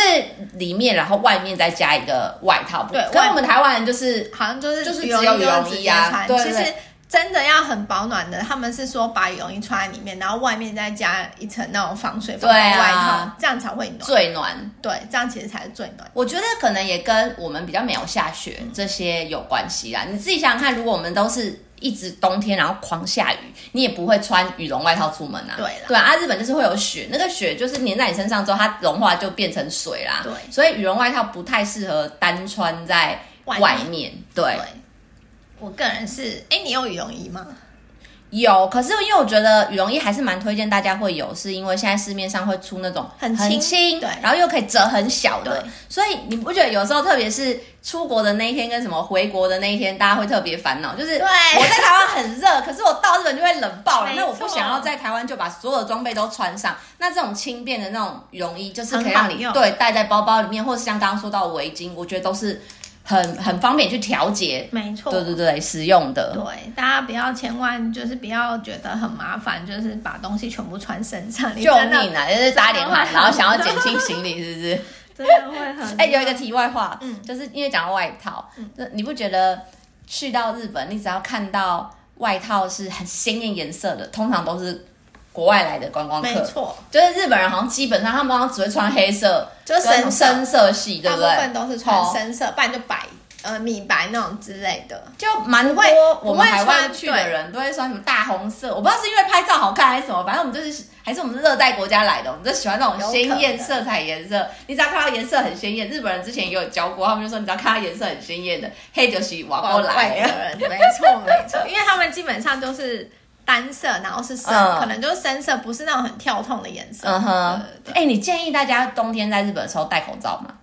[SPEAKER 1] 里面，然后外面再加一个外套，
[SPEAKER 2] 对
[SPEAKER 1] 跟
[SPEAKER 2] 外
[SPEAKER 1] 我们台湾人就是
[SPEAKER 2] 好像就是
[SPEAKER 1] 就是
[SPEAKER 2] 羽
[SPEAKER 1] 只
[SPEAKER 2] 绒
[SPEAKER 1] 有
[SPEAKER 2] 衣
[SPEAKER 1] 羽绒
[SPEAKER 2] 就直
[SPEAKER 1] 衣
[SPEAKER 2] 接
[SPEAKER 1] 啊
[SPEAKER 2] 穿，
[SPEAKER 1] 对
[SPEAKER 2] 其
[SPEAKER 1] 对
[SPEAKER 2] 实真的要很保暖的，他们是说把羽绒衣穿在里面，然后外面再加一层那种防水
[SPEAKER 1] 对
[SPEAKER 2] 防风
[SPEAKER 1] 啊
[SPEAKER 2] 外套，这样才会暖。
[SPEAKER 1] 最暖。
[SPEAKER 2] 对，这样其实才是最暖。
[SPEAKER 1] 我觉得可能也跟我们比较没有下雪
[SPEAKER 2] 嗯
[SPEAKER 1] 这些有关系啦。你自己想想看，如果我们都是一直冬天，然后狂下雨，你也不会穿羽绒外套出门啊。
[SPEAKER 2] 对啦
[SPEAKER 1] 对啊，啊日本就是会有雪，那个雪就是粘在你身上之后，它融化就变成水啦。
[SPEAKER 2] 对
[SPEAKER 1] 所以羽绒外套不太适合单穿在
[SPEAKER 2] 外面
[SPEAKER 1] 外面对
[SPEAKER 2] 对，，我个人是，哎、你有羽绒衣吗？
[SPEAKER 1] 有，可是因为我觉得羽绒衣还是蛮推荐大家会有，是因为现在市面上会出那种
[SPEAKER 2] 很轻
[SPEAKER 1] 很轻，
[SPEAKER 2] 对
[SPEAKER 1] 然后又可以折很小的
[SPEAKER 2] 对，
[SPEAKER 1] 所以你不觉得有时候特别是出国的那一天跟什么回国的那一天，大家会特别烦恼，就是
[SPEAKER 2] 对
[SPEAKER 1] 我在台湾很热，可是我到日本就会冷爆了，
[SPEAKER 2] 没
[SPEAKER 1] 那我不
[SPEAKER 2] 错
[SPEAKER 1] 想要在台湾就把所有的装备都穿上，那这种轻便的那种羽绒衣就是可以
[SPEAKER 2] 很好
[SPEAKER 1] 让你
[SPEAKER 2] 用
[SPEAKER 1] 对带在包包里面，或是像刚刚说到围巾，我觉得都是很很方便去调节，
[SPEAKER 2] 没错
[SPEAKER 1] 对对对，实用的，
[SPEAKER 2] 对，大家不要千万就是不要觉得很麻烦，就是把东西全部穿身上，你
[SPEAKER 1] 救
[SPEAKER 2] 真
[SPEAKER 1] 命
[SPEAKER 2] 的
[SPEAKER 1] 啊！就是搭连环，
[SPEAKER 2] 真的
[SPEAKER 1] 然
[SPEAKER 2] 会
[SPEAKER 1] 后想要减轻行李，是不是？
[SPEAKER 2] 真的会很
[SPEAKER 1] 哎、有一个题外话，
[SPEAKER 2] 嗯
[SPEAKER 1] 就是因为讲到外套，就你不觉得去到日本，你只要看到外套是很鲜艳颜色的，通常都是国外来的观光
[SPEAKER 2] 没
[SPEAKER 1] 客。
[SPEAKER 2] 错，
[SPEAKER 1] 就是日本人好像基本上他们好像只会穿黑色，
[SPEAKER 2] 就是深
[SPEAKER 1] 跟
[SPEAKER 2] 色
[SPEAKER 1] 深色系，对不
[SPEAKER 2] 大部
[SPEAKER 1] 对
[SPEAKER 2] 分？都是穿
[SPEAKER 1] 哦
[SPEAKER 2] 深色，不然就白呃米白那种之类的。
[SPEAKER 1] 就蛮多我
[SPEAKER 2] 不
[SPEAKER 1] 们
[SPEAKER 2] 会
[SPEAKER 1] 台湾
[SPEAKER 2] 穿
[SPEAKER 1] 去的人都会穿什么大红色，我不知道是因为拍照好看还是什么，反正我们就是还是我们热带国家来的，我们就喜欢那种鲜艳色彩颜色。你只要看到颜色很鲜艳，日本人之前也有教过，他们就说你只要看到颜色很鲜艳的，黑就是瓦过
[SPEAKER 2] 外
[SPEAKER 1] 来
[SPEAKER 2] 国
[SPEAKER 1] 了。
[SPEAKER 2] 人，没错没错，因为他们基本上都是单色，然后是深，
[SPEAKER 1] 嗯
[SPEAKER 2] 可能就是深色，不是那种很跳痛的颜色。
[SPEAKER 1] 嗯哼
[SPEAKER 2] 对对，对
[SPEAKER 1] 哎、你建议大家冬天在日本的时候戴口罩吗？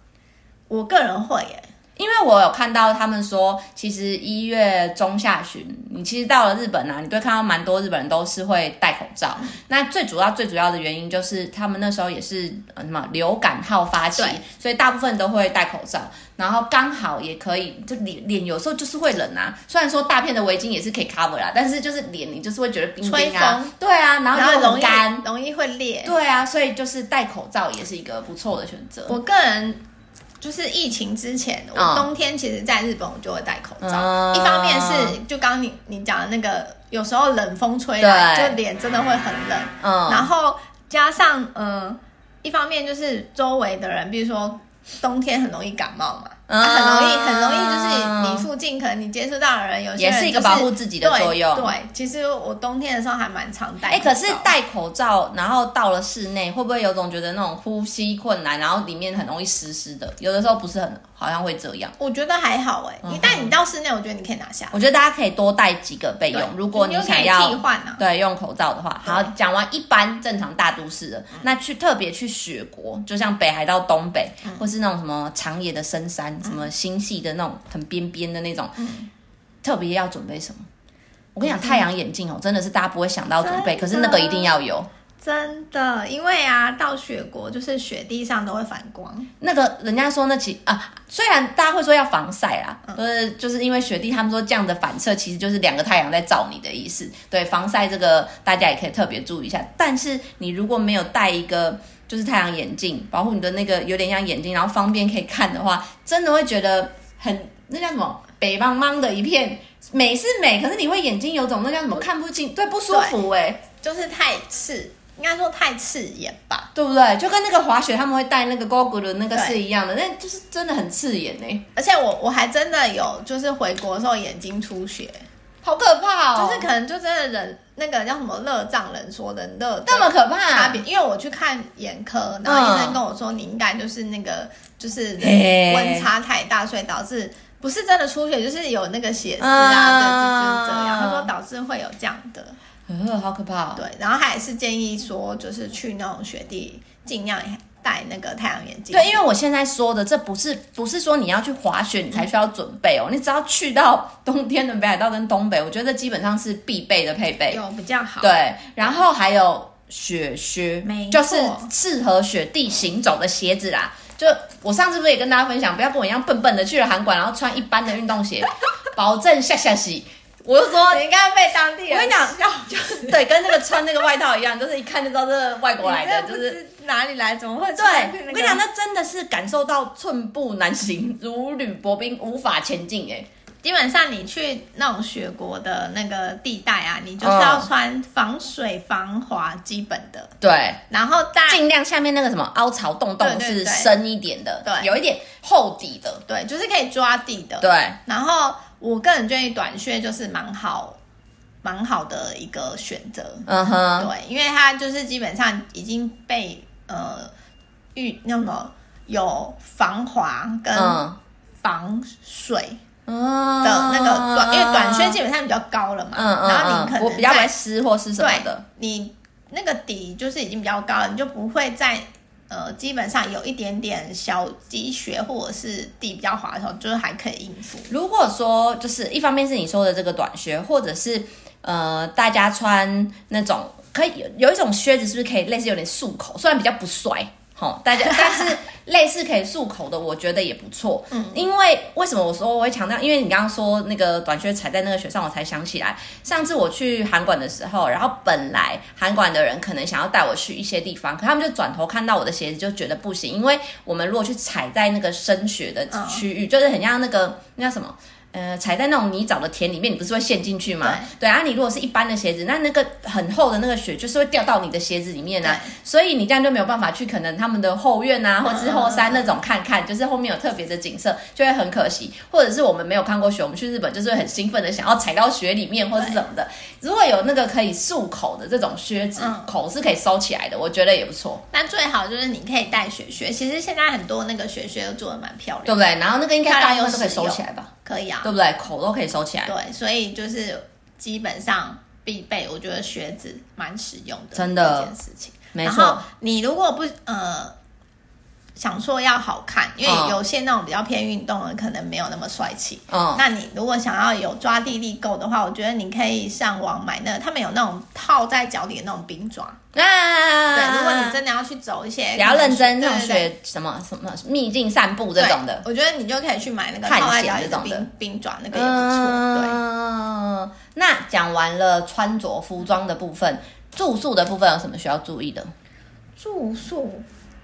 [SPEAKER 2] 我个人会耶，
[SPEAKER 1] 因为我有看到他们说，其实一月中下旬，你其实到了日本啊，你都会看到蛮多日本人都是会戴口罩。
[SPEAKER 2] 嗯
[SPEAKER 1] 那最主要最主要的原因就是他们那时候也是呃什么流感好发期
[SPEAKER 2] 对，
[SPEAKER 1] 所以大部分都会戴口罩。然后刚好也可以，就脸脸有时候就是会冷啊。虽然说大片的围巾也是可以 cover 啦，但是就是脸你就是会觉得冰
[SPEAKER 2] 吹
[SPEAKER 1] 冰啊
[SPEAKER 2] 风，
[SPEAKER 1] 对啊，然
[SPEAKER 2] 然
[SPEAKER 1] 后又
[SPEAKER 2] 后容
[SPEAKER 1] 很
[SPEAKER 2] 易
[SPEAKER 1] 干，
[SPEAKER 2] 容易会裂。
[SPEAKER 1] 对啊，所以就是戴口罩也是一个不错的选择。
[SPEAKER 2] 我个人就是疫情之前，我
[SPEAKER 1] 嗯
[SPEAKER 2] 冬天其实在日本我就会戴口罩。
[SPEAKER 1] 嗯
[SPEAKER 2] 一方面是就刚刚你你讲的那个，有时候冷风吹来，
[SPEAKER 1] 对
[SPEAKER 2] 就脸真的会很冷。
[SPEAKER 1] 嗯，
[SPEAKER 2] 然后加上嗯、呃一方面就是周围的人，比如说冬天很容易感冒嘛，
[SPEAKER 1] 嗯
[SPEAKER 2] 啊很容易很容易就是你附近可能你接触到的人，有些
[SPEAKER 1] 也
[SPEAKER 2] 人、
[SPEAKER 1] 是一个保护自己的作用
[SPEAKER 2] 对，对其实我冬天的时候还蛮常戴。
[SPEAKER 1] 哎、可是。戴口罩，然后到了室内，会不会有种觉得那种呼吸困难，然后里面很容易湿湿的？有的时候不是很，好像会这样。
[SPEAKER 2] 我觉得还好
[SPEAKER 1] 嗯
[SPEAKER 2] 哎、你但你到室内，我觉得你可以拿下来。
[SPEAKER 1] 我觉得大家可以多带几个备
[SPEAKER 2] 对
[SPEAKER 1] 用，如果
[SPEAKER 2] 你
[SPEAKER 1] 你
[SPEAKER 2] 又可
[SPEAKER 1] 想
[SPEAKER 2] 以
[SPEAKER 1] 要
[SPEAKER 2] 替换啊
[SPEAKER 1] 对用口罩的话。好，讲完一般正常大都市的，
[SPEAKER 2] 嗯
[SPEAKER 1] 那去特别去雪国，就像北海道东北，
[SPEAKER 2] 嗯
[SPEAKER 1] 或是那种什么长野的深山，什么星系的那种很边边的那种，
[SPEAKER 2] 嗯
[SPEAKER 1] 特别要准备什么？我跟你讲，太阳眼镜哦，真的是大家不会想到准备，
[SPEAKER 2] 真的
[SPEAKER 1] 可是那个一定要有。
[SPEAKER 2] 真的，因为啊，到雪国就是雪地上都会反光，
[SPEAKER 1] 那个人家说那其啊，虽然大家会说要防晒啦，呃，就是因为雪地他们说这样的反射其实就是两个太阳在照你的意思。对，防晒这个大家也可以特别注意一下。但是你如果没有戴一个就是太阳眼镜，保护你的那个有点像眼镜，然后方便可以看的话，真的会觉得很那叫什么北茫茫的一片。美是美，可是你会眼睛有种那叫什么看不清，对，不舒服哎、
[SPEAKER 2] 就是太刺，应该说太刺眼吧。
[SPEAKER 1] 对不对？就跟那个滑雪他们会戴那个 goggle 的那个
[SPEAKER 2] 对
[SPEAKER 1] 是一样的，那就是真的很刺眼哎、
[SPEAKER 2] 而且我我还真的有，就是回国的时候眼睛出血，
[SPEAKER 1] 好可怕哦！
[SPEAKER 2] 就是可能就真的人那个叫什么热胀冷缩的热
[SPEAKER 1] 那么可怕、
[SPEAKER 2] 差别，因为我去看眼科，然后医生跟我说你应该就是那个就是
[SPEAKER 1] 嘿
[SPEAKER 2] 温差太大，所以导致不是真的出血，就是有那个血丝
[SPEAKER 1] 嗯
[SPEAKER 2] 啊，对，就就是这样。他说导致会有这样的。
[SPEAKER 1] 呃，好可怕、哦。
[SPEAKER 2] 对，然后他也是建议说，就是去那种雪地，尽量戴那个太阳眼镜。
[SPEAKER 1] 对，因为我现在说的，这不是不是说你要去滑雪你才需要准备哦，你只要去到冬天的北海道跟东北，我觉得这基本上是必备的配备。
[SPEAKER 2] 有比较好。
[SPEAKER 1] 对，然后还有雪靴
[SPEAKER 2] 没，
[SPEAKER 1] 就是
[SPEAKER 2] 错
[SPEAKER 1] 适合雪地行走的鞋子啦。就我上次不是也跟大家分享，不要跟我一样笨笨的去了韩馆，然后穿一般的运动 鞋，保证下下洗。我就说，
[SPEAKER 2] 你应该被当地人
[SPEAKER 1] 我跟你讲
[SPEAKER 2] 笑，
[SPEAKER 1] 对，跟那个穿那个外套一样，就是一看就知道这是外国来
[SPEAKER 2] 你真
[SPEAKER 1] 的，
[SPEAKER 2] 不
[SPEAKER 1] 就是
[SPEAKER 2] 知哪里来，怎么会穿那
[SPEAKER 1] 对，
[SPEAKER 2] 个
[SPEAKER 1] 我跟你讲，那真的是感受到寸步难行、如履薄冰、无法前进哎、
[SPEAKER 2] 基本上你去那种雪国的那个地带啊，你就是要穿防水、防滑基本的，
[SPEAKER 1] 对，
[SPEAKER 2] 然后大
[SPEAKER 1] 尽量下面那个什么凹槽洞洞
[SPEAKER 2] 对对
[SPEAKER 1] 是
[SPEAKER 2] 对
[SPEAKER 1] 深一点的，
[SPEAKER 2] 对
[SPEAKER 1] 有一点厚底的，
[SPEAKER 2] 对，就是可以抓地的。
[SPEAKER 1] 对，
[SPEAKER 2] 然后我个人建议短靴就是蛮好蛮好的一个选择。
[SPEAKER 1] 嗯哼，
[SPEAKER 2] 对，因为它就是基本上已经被呃预那么有防滑跟
[SPEAKER 1] 嗯
[SPEAKER 2] 防水
[SPEAKER 1] 嗯
[SPEAKER 2] 的那个短，因为短靴基本上比较高了嘛，
[SPEAKER 1] 嗯嗯，
[SPEAKER 2] 然后你
[SPEAKER 1] 嗯
[SPEAKER 2] 可能
[SPEAKER 1] 我比较不会
[SPEAKER 2] 在
[SPEAKER 1] 湿或是什么
[SPEAKER 2] 对
[SPEAKER 1] 的，
[SPEAKER 2] 你那个底就是已经比较高了，你就不会在。呃，基本上有一点点小积雪或者是地比较滑的时候，就是还可以应付。
[SPEAKER 1] 如果说就是一方面是你说的这个短靴，或者是呃大家穿那种可以有有一种靴子是不是可以类似有点束口，虽然比较不帅。好，大家，但是类似可以束口的，我觉得也不错。嗯，因为为什么我说我会强调？因为你刚刚说那个短靴踩在那个雪上，我才想起来，上次我去韩馆的时候，然后本来韩馆的人可能想要带我去一些地方，可他们就转头看到我的鞋子就觉得不行，因为我们如果去踩在那个深雪的
[SPEAKER 2] 嗯
[SPEAKER 1] 区域，就是很像那个那叫什么？呃，踩在那种泥沼的田里面，你不是会陷进去吗？对啊，你如果是一般的鞋子，那那个很厚的那个雪就是会掉到你的鞋子里面啊，所以你这样就没有办法去可能他们的后院啊，或者是后山那种看看，就是后面有特别的景色，就会很可惜。或者是我们没有看过雪，我们去日本就是会很兴奋的想要踩到雪里面或是什么的。如果有那个可以束口的这种靴子，
[SPEAKER 2] 嗯
[SPEAKER 1] 口是可以收起来的，我觉得也不错，
[SPEAKER 2] 那最好就是你可以带雪靴，其实现在很多那个雪靴都做的蛮漂亮的，
[SPEAKER 1] 对不对？然后那个应该
[SPEAKER 2] 漂
[SPEAKER 1] 大部
[SPEAKER 2] 亮又
[SPEAKER 1] 分都可以
[SPEAKER 2] 实
[SPEAKER 1] 收
[SPEAKER 2] 用
[SPEAKER 1] 起来吧，
[SPEAKER 2] 可以啊。
[SPEAKER 1] 对不对？口都可以收起来。
[SPEAKER 2] 对，所以就是基本上必备，我觉得靴子蛮实用的，
[SPEAKER 1] 真的
[SPEAKER 2] 一件事情。
[SPEAKER 1] 没
[SPEAKER 2] 然
[SPEAKER 1] 错
[SPEAKER 2] 后，你如果不呃想说要好看，
[SPEAKER 1] 嗯
[SPEAKER 2] 因为有些那种比较偏运动的可能没有那么帅气。
[SPEAKER 1] 嗯，
[SPEAKER 2] 那你如果想要有抓地力够的话，我觉得你可以上网买那他们有那种套在脚底的那种冰爪。
[SPEAKER 1] 那
[SPEAKER 2] 对，如果你真的要去走一些，
[SPEAKER 1] 啊比较认真那种
[SPEAKER 2] 对对对
[SPEAKER 1] 学什么什么秘境散步这种的，
[SPEAKER 2] 对我觉得你就可以去买那个
[SPEAKER 1] 探险
[SPEAKER 2] 套在脚底
[SPEAKER 1] 这
[SPEAKER 2] 的
[SPEAKER 1] 种的
[SPEAKER 2] 冰冰爪，那个也不错。对，
[SPEAKER 1] 嗯，那讲完了穿着服装的部分，住宿的部分有什么需要注意的？
[SPEAKER 2] 住宿，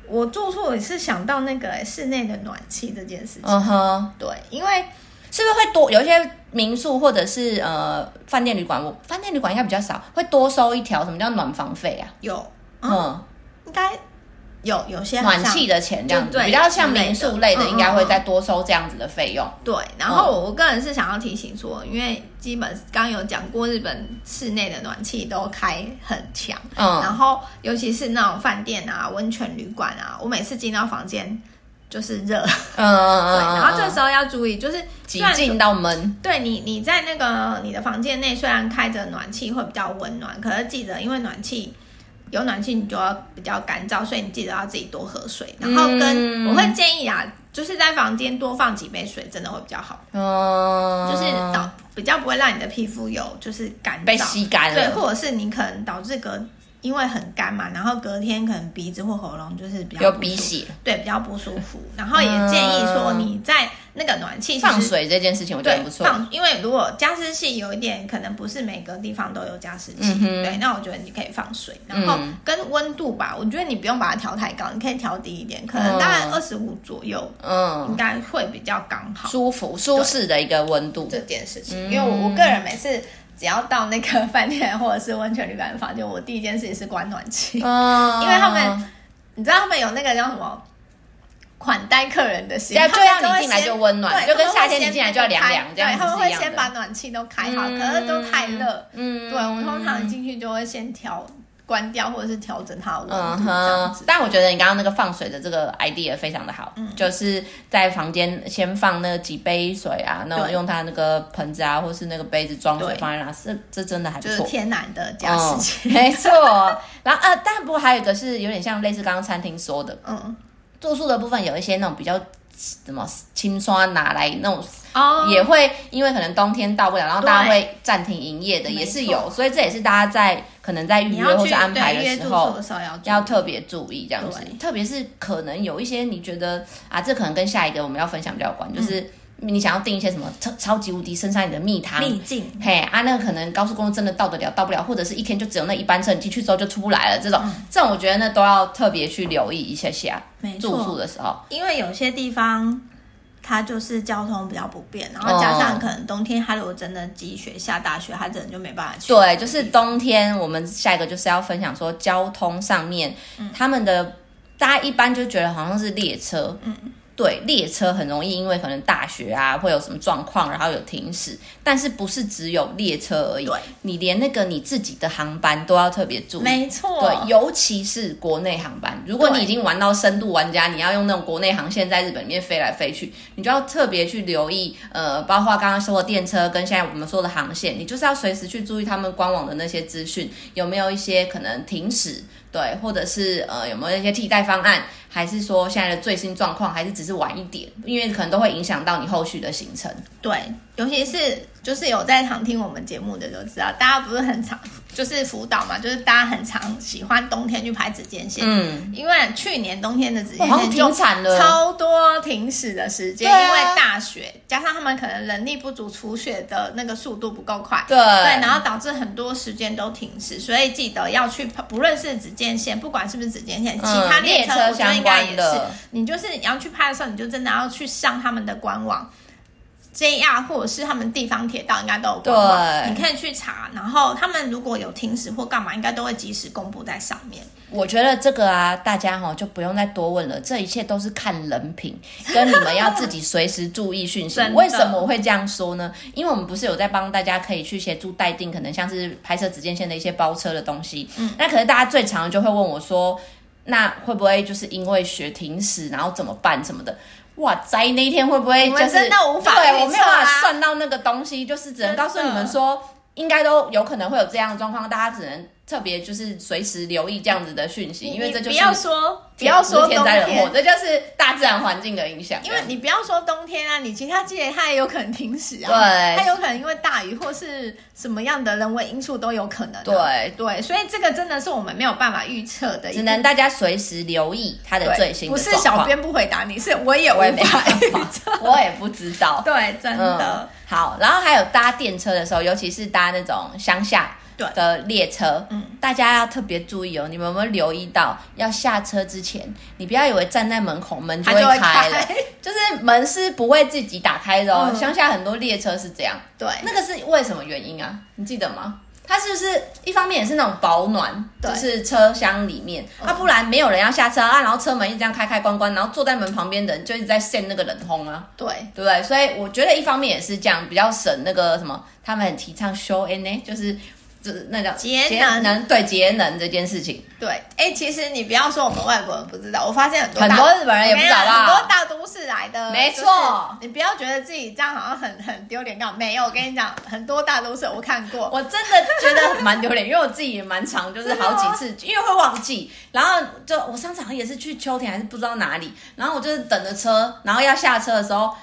[SPEAKER 2] 我住宿也是想到那个室内的暖气这件事情。
[SPEAKER 1] 嗯哼，
[SPEAKER 2] 对，因为
[SPEAKER 1] 是不是会多有一些民宿或者是呃饭店旅馆？我饭店旅馆应该比较少，会多收一条什么叫暖房费啊？
[SPEAKER 2] 有，嗯，
[SPEAKER 1] 嗯，
[SPEAKER 2] 应该有有些好像
[SPEAKER 1] 暖气的钱这样
[SPEAKER 2] 就
[SPEAKER 1] 子，
[SPEAKER 2] 对
[SPEAKER 1] 比较像民宿类
[SPEAKER 2] 之类
[SPEAKER 1] 的，
[SPEAKER 2] 的
[SPEAKER 1] 应该会再多收这样子的费用。
[SPEAKER 2] 对，然后
[SPEAKER 1] 哦
[SPEAKER 2] 我我个人是想要提醒说，因为基本刚有讲过，日本室内的暖气都开很强，
[SPEAKER 1] 嗯，
[SPEAKER 2] 然后尤其是那种饭店啊、温泉旅馆啊，我每次进到房间就是热，
[SPEAKER 1] 嗯嗯
[SPEAKER 2] 对，
[SPEAKER 1] 嗯，
[SPEAKER 2] 然后这时
[SPEAKER 1] 候
[SPEAKER 2] 候要注意，就是
[SPEAKER 1] 极
[SPEAKER 2] 虽然
[SPEAKER 1] 尽到闷，
[SPEAKER 2] 对你，你在那个你的房间内虽然开着暖气会比较温暖，可是记得因为暖气有暖气，你就要比较干燥，所以你记得要自己多喝水。然后跟、
[SPEAKER 1] 嗯
[SPEAKER 2] 我会建议啊，就是在房间多放几杯水，真的会比较好，
[SPEAKER 1] 嗯，
[SPEAKER 2] 就是导比较不会让你的皮肤有就是干
[SPEAKER 1] 被
[SPEAKER 2] 燥，
[SPEAKER 1] 吸干
[SPEAKER 2] 对，
[SPEAKER 1] 了。
[SPEAKER 2] 或者是你可能导致隔因为很干嘛，然后隔天可能鼻子或喉咙就是比较
[SPEAKER 1] 有
[SPEAKER 2] 不
[SPEAKER 1] 鼻
[SPEAKER 2] 舒服，
[SPEAKER 1] 血，
[SPEAKER 2] 对，比较不舒服。然后也建议说
[SPEAKER 1] 嗯
[SPEAKER 2] 你在那个暖气其实
[SPEAKER 1] 放水这件事情我觉得很，
[SPEAKER 2] 对
[SPEAKER 1] 不错。
[SPEAKER 2] 放，因为如果加湿器有一点，可能不是每个地方都有加湿器，
[SPEAKER 1] 嗯哼
[SPEAKER 2] 对，那我觉得你可以放水，然后
[SPEAKER 1] 嗯
[SPEAKER 2] 跟温度吧，我觉得你不用把它调太高，你可以调低一点，可能大概
[SPEAKER 1] 嗯
[SPEAKER 2] 二十五左右，应
[SPEAKER 1] 嗯，
[SPEAKER 2] 该会比较刚好
[SPEAKER 1] 舒服舒适的一个温度
[SPEAKER 2] 这。件事情。
[SPEAKER 1] 嗯
[SPEAKER 2] 因为我我个人每次只要到那个饭店或者是温泉旅馆的房间，我第一件事情是关暖气，
[SPEAKER 1] 嗯
[SPEAKER 2] 因为他们你知道他们有那个叫什么？款待客人的心，
[SPEAKER 1] 对啊
[SPEAKER 2] 他
[SPEAKER 1] 就要
[SPEAKER 2] 们会
[SPEAKER 1] 你进来
[SPEAKER 2] 先
[SPEAKER 1] 就温暖
[SPEAKER 2] 对
[SPEAKER 1] 就跟
[SPEAKER 2] 他们会
[SPEAKER 1] 夏天你
[SPEAKER 2] 先
[SPEAKER 1] 进来就要凉凉
[SPEAKER 2] 开
[SPEAKER 1] 这样
[SPEAKER 2] 对，
[SPEAKER 1] 子
[SPEAKER 2] 他们
[SPEAKER 1] 是一样
[SPEAKER 2] 会先
[SPEAKER 1] 的
[SPEAKER 2] 把暖气都开好，
[SPEAKER 1] 嗯
[SPEAKER 2] 可是都太热。
[SPEAKER 1] 嗯
[SPEAKER 2] 对，我们通常进去就会先调关掉，或者是调整它的温
[SPEAKER 1] 嗯
[SPEAKER 2] 度这样
[SPEAKER 1] 哼
[SPEAKER 2] 子，。
[SPEAKER 1] 但我觉得你刚刚那个放水的这个 idea 非常的好，
[SPEAKER 2] 嗯
[SPEAKER 1] 就是在房间先放那几杯水啊，那种
[SPEAKER 2] 对
[SPEAKER 1] 用它那个盆子啊，或是那个杯子装水
[SPEAKER 2] 对
[SPEAKER 1] 放在那，这这真的还不
[SPEAKER 2] 就是
[SPEAKER 1] 错。
[SPEAKER 2] 天然的加湿器，
[SPEAKER 1] 嗯，没错。 然后呃，但不过还有一个是有点像类似刚刚餐厅说的，
[SPEAKER 2] 嗯，
[SPEAKER 1] 住宿的部分有一些那种比较什么轻刷拿来那种
[SPEAKER 2] 哦
[SPEAKER 1] 也会因为可能冬天到不了，然后大家
[SPEAKER 2] 对
[SPEAKER 1] 会暂停营业的，
[SPEAKER 2] 没
[SPEAKER 1] 也是
[SPEAKER 2] 错
[SPEAKER 1] 有，所以这也是大家在可能在预
[SPEAKER 2] 你
[SPEAKER 1] 约
[SPEAKER 2] 要
[SPEAKER 1] 或
[SPEAKER 2] 去
[SPEAKER 1] 是安排
[SPEAKER 2] 对
[SPEAKER 1] 的
[SPEAKER 2] 约
[SPEAKER 1] 时
[SPEAKER 2] 住
[SPEAKER 1] 候
[SPEAKER 2] 宿的时候要注意
[SPEAKER 1] 要特别注意这样子
[SPEAKER 2] 对，
[SPEAKER 1] 特别是可能有一些你觉得啊，这可能跟下一个我们要分享比较有
[SPEAKER 2] 嗯
[SPEAKER 1] 关，就是你想要订一些什么超超级无敌深山里的蜜糖。
[SPEAKER 2] 秘境，
[SPEAKER 1] 嘿啊，那个可能高速公路真的到得了，到不了，或者是一天就只有那一班车，你进去之后就出不来了。这种、
[SPEAKER 2] 嗯
[SPEAKER 1] 这种，我觉得那都要特别去留意一下下。
[SPEAKER 2] 没
[SPEAKER 1] 住宿
[SPEAKER 2] 错，
[SPEAKER 1] 的时候，
[SPEAKER 2] 因为有些地方。它就是交通比较不便，然后加上可能冬天，它如果真的积雪下大雪，它真的就没办法去。
[SPEAKER 1] 对，就是冬天，我们下一个就是要分享说交通上面、
[SPEAKER 2] 嗯
[SPEAKER 1] 他们的，大家一般就觉得好像是列车，嗯，对，列车很容易因为可能大雪啊会有什么状况，然后有停驶，但是不是只有列车而已
[SPEAKER 2] 对，
[SPEAKER 1] 你连那个你自己的航班都要特别注意。
[SPEAKER 2] 没错，
[SPEAKER 1] 对，尤其是国内航班，如果你
[SPEAKER 2] 对
[SPEAKER 1] 已经玩到深度玩家，你要用那种国内航线在日本里面飞来飞去，你就要特别去留意，呃，包括刚刚说的电车跟现在我们说的航线，你就是要随时去注意他们官网的那些资讯，有没有一些可能停驶，对，或者是呃有没有一些替代方案，还是说现在的最新状况，还是只是晚一点，因为可能都会影响到你后续的行程。
[SPEAKER 2] 对，尤其是就是有在常听我们节目的就知道，大家不是很常就是辅导嘛，就是大家很常喜欢冬天去排指尖线，
[SPEAKER 1] 嗯，
[SPEAKER 2] 因为去年冬天的指
[SPEAKER 1] 哇
[SPEAKER 2] 尖
[SPEAKER 1] 好像
[SPEAKER 2] 线就
[SPEAKER 1] 停产了，
[SPEAKER 2] 超多停驶的时间，
[SPEAKER 1] 对啊
[SPEAKER 2] 因为大雪加上他们可能人力不足，除雪的那个速度不够快。
[SPEAKER 1] 对，
[SPEAKER 2] 对，然后导致很多时间都停驶，所以记得要去，不论是指尖线，不管是不是指尖线，其
[SPEAKER 1] 嗯
[SPEAKER 2] 他
[SPEAKER 1] 列
[SPEAKER 2] 列车我觉得
[SPEAKER 1] 相
[SPEAKER 2] 应该
[SPEAKER 1] 关
[SPEAKER 2] 也是
[SPEAKER 1] 的，
[SPEAKER 2] 你就是你要去拍的时候，你就真的要去上他们的官网，JR 或者是他们地方铁道应该都有官网，
[SPEAKER 1] 对
[SPEAKER 2] 你可以去查。然后他们如果有停驶或干嘛，应该都会及时公布在上面。
[SPEAKER 1] 我觉得这个啊，大家哈、就不用再多问了，这一切都是看人 品，跟你们要自己随时注意讯息
[SPEAKER 2] 真。的
[SPEAKER 1] 为什么我会这样说呢？因为我们不是有在帮大家可以去协助待定，可能像是拍摄指尖线的一些包车的东西。嗯，那可是大家最常就会问我说，那会不会就是因为雪停驶，然后怎么办什么的？哇塞，那一天会不会
[SPEAKER 2] 我
[SPEAKER 1] 就
[SPEAKER 2] 们
[SPEAKER 1] 是
[SPEAKER 2] 真的无法
[SPEAKER 1] 对
[SPEAKER 2] 预测啊
[SPEAKER 1] 我没有办法算到那个东西，就是只能告诉你们说，应该都有可能会有这样的状况，大家只能。特别就是随时留意这样子的讯息，因为这
[SPEAKER 2] 你
[SPEAKER 1] 就
[SPEAKER 2] 不
[SPEAKER 1] 是
[SPEAKER 2] 要说不要说
[SPEAKER 1] 不是天灾
[SPEAKER 2] 冬
[SPEAKER 1] 人祸，这就是大自然环境的影响。
[SPEAKER 2] 因为你不要说冬天啊，你其他季节它也有可能停驶啊，
[SPEAKER 1] 对
[SPEAKER 2] 它有可能因为大雨或是什么样的人为因素都有可能啊、
[SPEAKER 1] 对
[SPEAKER 2] 对，所以这个真的是我们没有办法预测的一个，
[SPEAKER 1] 只能大家随时留意它的
[SPEAKER 2] 对
[SPEAKER 1] 最新
[SPEAKER 2] 不
[SPEAKER 1] 的
[SPEAKER 2] 是
[SPEAKER 1] 状
[SPEAKER 2] 小
[SPEAKER 1] 况。
[SPEAKER 2] 编不回答你，是我也无
[SPEAKER 1] 我也没
[SPEAKER 2] 法
[SPEAKER 1] 办
[SPEAKER 2] 预
[SPEAKER 1] 法
[SPEAKER 2] 测。
[SPEAKER 1] 我也不知道。嗯
[SPEAKER 2] 对， 真的，
[SPEAKER 1] 好，然后还有搭电车的时候，尤其是搭那种乡下
[SPEAKER 2] 对嗯
[SPEAKER 1] 的列车，大家要特别注意哦。你们有没有留意到，要下车之前，你不要以为站在门口门就
[SPEAKER 2] 它
[SPEAKER 1] 会
[SPEAKER 2] 就会
[SPEAKER 1] 开了，
[SPEAKER 2] 开
[SPEAKER 1] 就是门是不会自己打开的哦。
[SPEAKER 2] 嗯
[SPEAKER 1] 乡下很多列车是这样，
[SPEAKER 2] 对，
[SPEAKER 1] 那个是为什么原因啊？你记得吗？它是不是一方面也是那种保暖，
[SPEAKER 2] 对嗯
[SPEAKER 1] 就是车厢里面，啊，不然没有人要下车啊，然后车门一直这样开开关关，然后坐在门旁边的人就一直在扇那个冷风啊。
[SPEAKER 2] 对，
[SPEAKER 1] 对不对？所以我觉得一方面也是这样，比较省那个什么，他们很提倡 show in 呢，就是就是那叫
[SPEAKER 2] 节能
[SPEAKER 1] 对节能这件事情，
[SPEAKER 2] 对，哎、其实你不要说我们外国人不知道，我发现很多
[SPEAKER 1] 很
[SPEAKER 2] 大
[SPEAKER 1] 多日本人也不知道
[SPEAKER 2] 我跟你
[SPEAKER 1] 吧
[SPEAKER 2] 讲很多大都市来的，
[SPEAKER 1] 没错
[SPEAKER 2] 就是你不要觉得自己这样好像很很丢脸，干嘛？没有，我跟你讲，很多大都市我看过，
[SPEAKER 1] 我真的觉得蛮丢脸，因为我自己也蛮常就是好几次，因为会忘记，然后就我上次好像也是去秋田还是不知道哪里，然后我就是等着车，然后要下车的时候。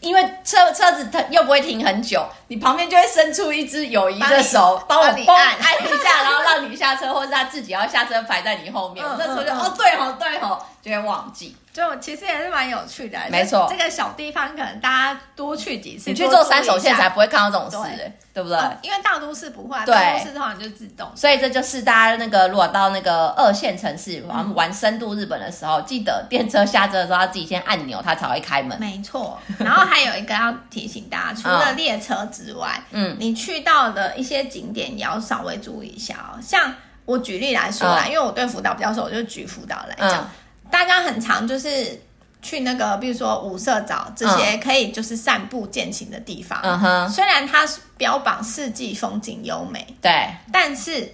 [SPEAKER 1] 因为车车子它又不会停很久，你旁边就会伸出一只友谊的手，帮
[SPEAKER 2] 帮
[SPEAKER 1] 我
[SPEAKER 2] 你
[SPEAKER 1] 帮
[SPEAKER 2] 帮你
[SPEAKER 1] 我
[SPEAKER 2] 按
[SPEAKER 1] 按一下，然后让你下车，或者他自己要下车排在你后面。
[SPEAKER 2] 嗯
[SPEAKER 1] 我那时候就、
[SPEAKER 2] 嗯嗯
[SPEAKER 1] 哦对哦对哦，就会忘记。
[SPEAKER 2] 就其实也是蛮有趣的。啊
[SPEAKER 1] 没错
[SPEAKER 2] 就这个小地方可能大家多去几次，
[SPEAKER 1] 你去做
[SPEAKER 2] 多注意一
[SPEAKER 1] 三手线
[SPEAKER 2] 下
[SPEAKER 1] 才不会看到这种事、
[SPEAKER 2] 对
[SPEAKER 1] 欸，对不对？
[SPEAKER 2] 哦因为大都市不会啊，
[SPEAKER 1] 对
[SPEAKER 2] 大都市通常就自动。
[SPEAKER 1] 所以这就是大家那个，如果到那个二线城市玩玩深度日本的时候，记得电车下车的时候要自己先按钮，它才会开门。
[SPEAKER 2] 没 错，然后还有一个要提醒大家，除了列车之外，
[SPEAKER 1] 嗯
[SPEAKER 2] 嗯，你去到的一些景点也要稍微注意一下哦。像我举例来说啦，
[SPEAKER 1] 嗯
[SPEAKER 2] 因为我对福岛比较熟，我就举福岛来讲，大家很常就是去那个，比如说五色沼这些可以就是散步践行的地方。
[SPEAKER 1] 嗯哼，
[SPEAKER 2] 虽然它是标榜四季风景优美，
[SPEAKER 1] 对，
[SPEAKER 2] 但是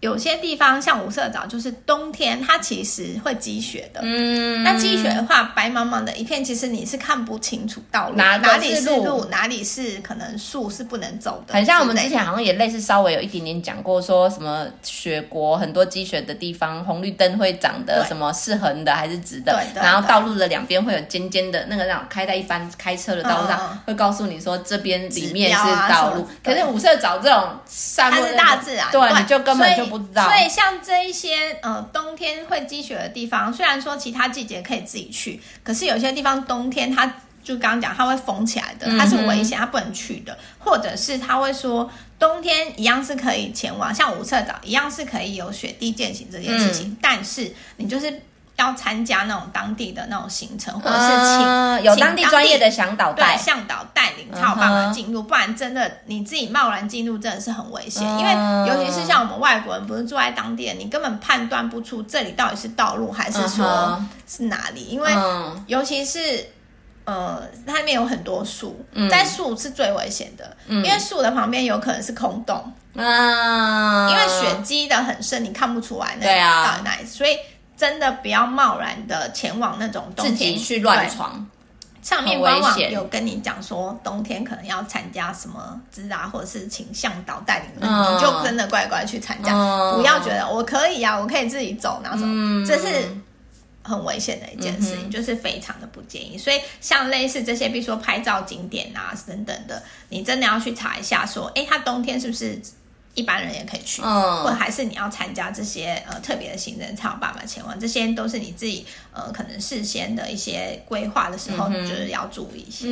[SPEAKER 2] 有些地方像五色沼，就是冬天它其实会积雪的。
[SPEAKER 1] 嗯
[SPEAKER 2] 那积雪的话，白茫茫的一片，其实你是看不清楚道路，
[SPEAKER 1] 哪
[SPEAKER 2] 哪
[SPEAKER 1] 个
[SPEAKER 2] 里
[SPEAKER 1] 是
[SPEAKER 2] 是
[SPEAKER 1] 路
[SPEAKER 2] 路，哪里是可能树是不能走的，
[SPEAKER 1] 很像我们之
[SPEAKER 2] 类的。
[SPEAKER 1] 前好像也类似稍微有一点点讲过，说什么雪国很多积雪的地方，红绿灯会长的
[SPEAKER 2] 对
[SPEAKER 1] 什么是横的还是直的
[SPEAKER 2] 对，对嗯
[SPEAKER 1] 然后
[SPEAKER 2] 对
[SPEAKER 1] 道路的两边会有尖尖的那个让开在一般开车的道路上
[SPEAKER 2] 嗯嗯嗯，
[SPEAKER 1] 会告诉你说这边里面
[SPEAKER 2] 指
[SPEAKER 1] 是
[SPEAKER 2] 标啊
[SPEAKER 1] 道
[SPEAKER 2] 什
[SPEAKER 1] 路
[SPEAKER 2] 么。
[SPEAKER 1] 可
[SPEAKER 2] 对
[SPEAKER 1] 是五色找这种散
[SPEAKER 2] 它
[SPEAKER 1] 落
[SPEAKER 2] 是
[SPEAKER 1] 那
[SPEAKER 2] 大
[SPEAKER 1] 种
[SPEAKER 2] 自然，
[SPEAKER 1] 对，你就根本就
[SPEAKER 2] 所以
[SPEAKER 1] 不知道。
[SPEAKER 2] 所以像这一些呃冬天会积雪的地方，虽然说其他季节可以自己去，可是有些地方冬天它就刚刚讲它会封起
[SPEAKER 1] 嗯
[SPEAKER 2] 来的，它是危险，它不能去的，或者是他会说冬天一样是可以前往，像五色沼一样是可以有雪地践行这件事
[SPEAKER 1] 嗯
[SPEAKER 2] 情，但是你就是要参加那种当地的那种行程，或者是请、
[SPEAKER 1] 嗯有
[SPEAKER 2] 请
[SPEAKER 1] 当地专业的向导带
[SPEAKER 2] 对，向导带领才有
[SPEAKER 1] 嗯
[SPEAKER 2] 办
[SPEAKER 1] 哼
[SPEAKER 2] 法进入，不然真的你自己贸然进入真的是很危险。因
[SPEAKER 1] 嗯
[SPEAKER 2] 为尤其是像我们外国人，不是住在当地人，你根本判断不出这里到底是道路还是
[SPEAKER 1] 嗯
[SPEAKER 2] 说
[SPEAKER 1] 哼
[SPEAKER 2] 是哪里，因为
[SPEAKER 1] 嗯，
[SPEAKER 2] 尤其是。呃，它里面有很多树，
[SPEAKER 1] 嗯
[SPEAKER 2] 但树是最危险的，因为树的旁边有可能是空洞，
[SPEAKER 1] 嗯，
[SPEAKER 2] 因为雪积的很深，你看不出来那
[SPEAKER 1] 对啊
[SPEAKER 2] 到底哪里，所以真的不要贸然的前往那种冬
[SPEAKER 1] 自
[SPEAKER 2] 天
[SPEAKER 1] 己去
[SPEAKER 2] 对
[SPEAKER 1] 乱闯，
[SPEAKER 2] 上面官
[SPEAKER 1] 很危
[SPEAKER 2] 网
[SPEAKER 1] 险
[SPEAKER 2] 有跟你讲说，冬天可能要参加什么支啊，或者是请向导带领，
[SPEAKER 1] 嗯
[SPEAKER 2] 你就真的乖乖去参加，
[SPEAKER 1] 嗯
[SPEAKER 2] 不要觉得我可以啊，我可以自己走那种，
[SPEAKER 1] 嗯
[SPEAKER 2] 这是很危险的一件事情，就是非常的不建议。所以像类似这些，比如说拍照景点啊等等的，你真的要去查一下，说，哎，它冬天是不是一般人也可以去？或者
[SPEAKER 1] 嗯，
[SPEAKER 2] 还是你要参加这些呃特别的行程才有办法前往，这些都是你自己呃可能事先的一些规划的时
[SPEAKER 1] 嗯
[SPEAKER 2] 候，你就是要注意一些。